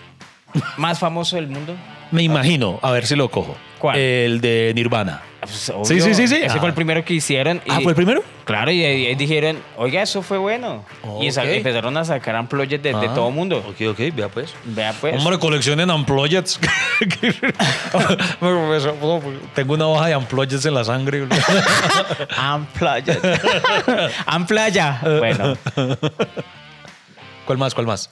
más famoso del mundo? Me imagino, a ver si lo cojo. ¿Cuál? El de Nirvana. Pues, obvio, Sí, sí, sí, sí. Ese Ah. fue el primero que hicieron. y- Ah, ¿fue el primero? Claro, y ahí ahí dijeron, oiga, eso fue bueno. Y sa- Ok. empezaron a sacar unplugged de, de Ah, todo mundo. Ok, ok, vea pues. Vea pues. Hombre, coleccionen Unplugged. Tengo una hoja de Unplugged en la sangre. Unplugged. Unplaya. Bueno. ¿Cuál más? ¿Cuál más?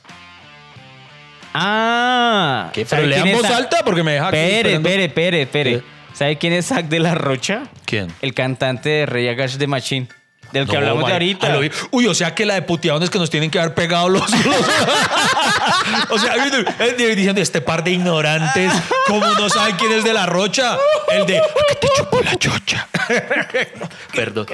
Ah. ¿sabe Pero quién lean es voz Zac? alta porque me deja aquí Pere, Ah, esperando. pere, pere, pere. ¿Qué? ¿Sabe quién es Zack de la Rocha? ¿Quién? El cantante de Rey Agash de Machine. Del que No, hablamos de Mari- ahorita. a lo vi- Uy, o sea que la de puteadones que nos tienen que haber pegado los. los- o sea, diciendo este par de ignorantes, como no saben quién es de la rocha. El de. "¿A qué te chupó la chocha? Perdón.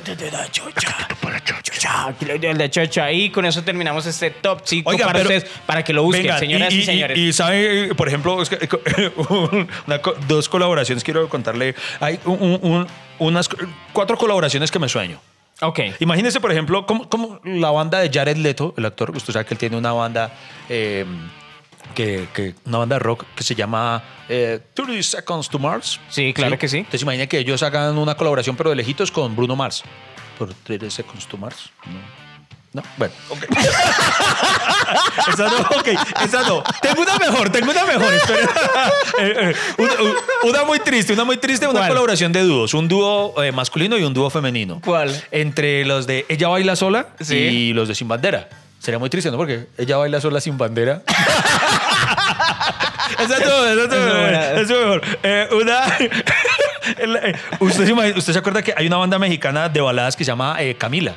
Chocha, que le dio el de Chocha. Y con eso terminamos este top 5 Oiga, para pero- ustedes, para que lo busquen, Venga, señoras y, señores. Y, saben, eh, por ejemplo, es que, eh, una co- dos colaboraciones quiero contarle. Hay un- un- un- unas cu- cuatro colaboraciones que me sueño. ok. Imagínense, por ejemplo, como, como la banda de Jared Leto, el actor, usted sabe que él tiene una banda, eh, que, que- una banda de rock que se llama eh, 30 Seconds to Mars. Sí, claro que sí. Entonces imagina que ellos hagan una colaboración, pero de lejitos, con Bruno Mars. Por 30 Seconds to Mars. No, no bueno. Esa no, ok, esa no. Tengo una mejor, tengo una mejor. espera. Eh, eh, una, una muy triste, una muy triste, una ¿Cuál? colaboración de dúos. Un dúo eh, masculino y un dúo femenino. ¿Cuál? Entre los de Ella Baila Sola Sí. y los de Sin Bandera. Sería muy triste, ¿no? Porque Ella Baila Sola Sin Bandera. Exacto, exacto. Es muy buena. Es mejor. Eh, una. el- eh, ¿Usted, se imagina- usted se acuerda que hay una banda mexicana de baladas que se llama eh, Camila?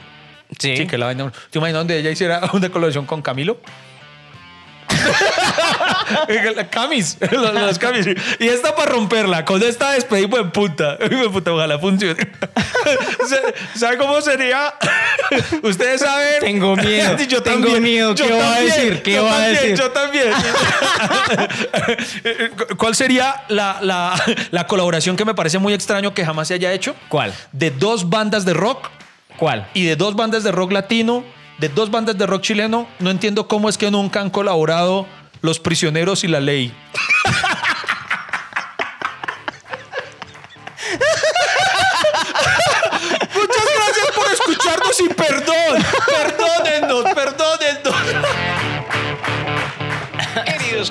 Sí. Sí, que la vaina. ¿Te imaginas donde ella hiciera una colaboración con Camilo? camis, los, los camis. Y esta para romperla, con esta despedimos en puta. Hijo de puta, ojalá funcione. Se- ¿Sabe cómo sería? Ustedes saben. Tengo miedo, Yo tengo también, miedo. yo ¿Qué va a también, decir? ¿Qué yo va a también, decir? Yo también. ¿Cu- ¿Cuál sería la, la- la colaboración que me parece muy extraño que jamás se haya hecho? ¿Cuál? De dos bandas de rock ¿Cuál? y de dos bandas de rock latino, de dos bandas de rock chileno, no entiendo cómo es que nunca han colaborado Los Prisioneros y La Ley. Muchas gracias por escucharnos y perdón, perdónennos, perdónennos. Queridos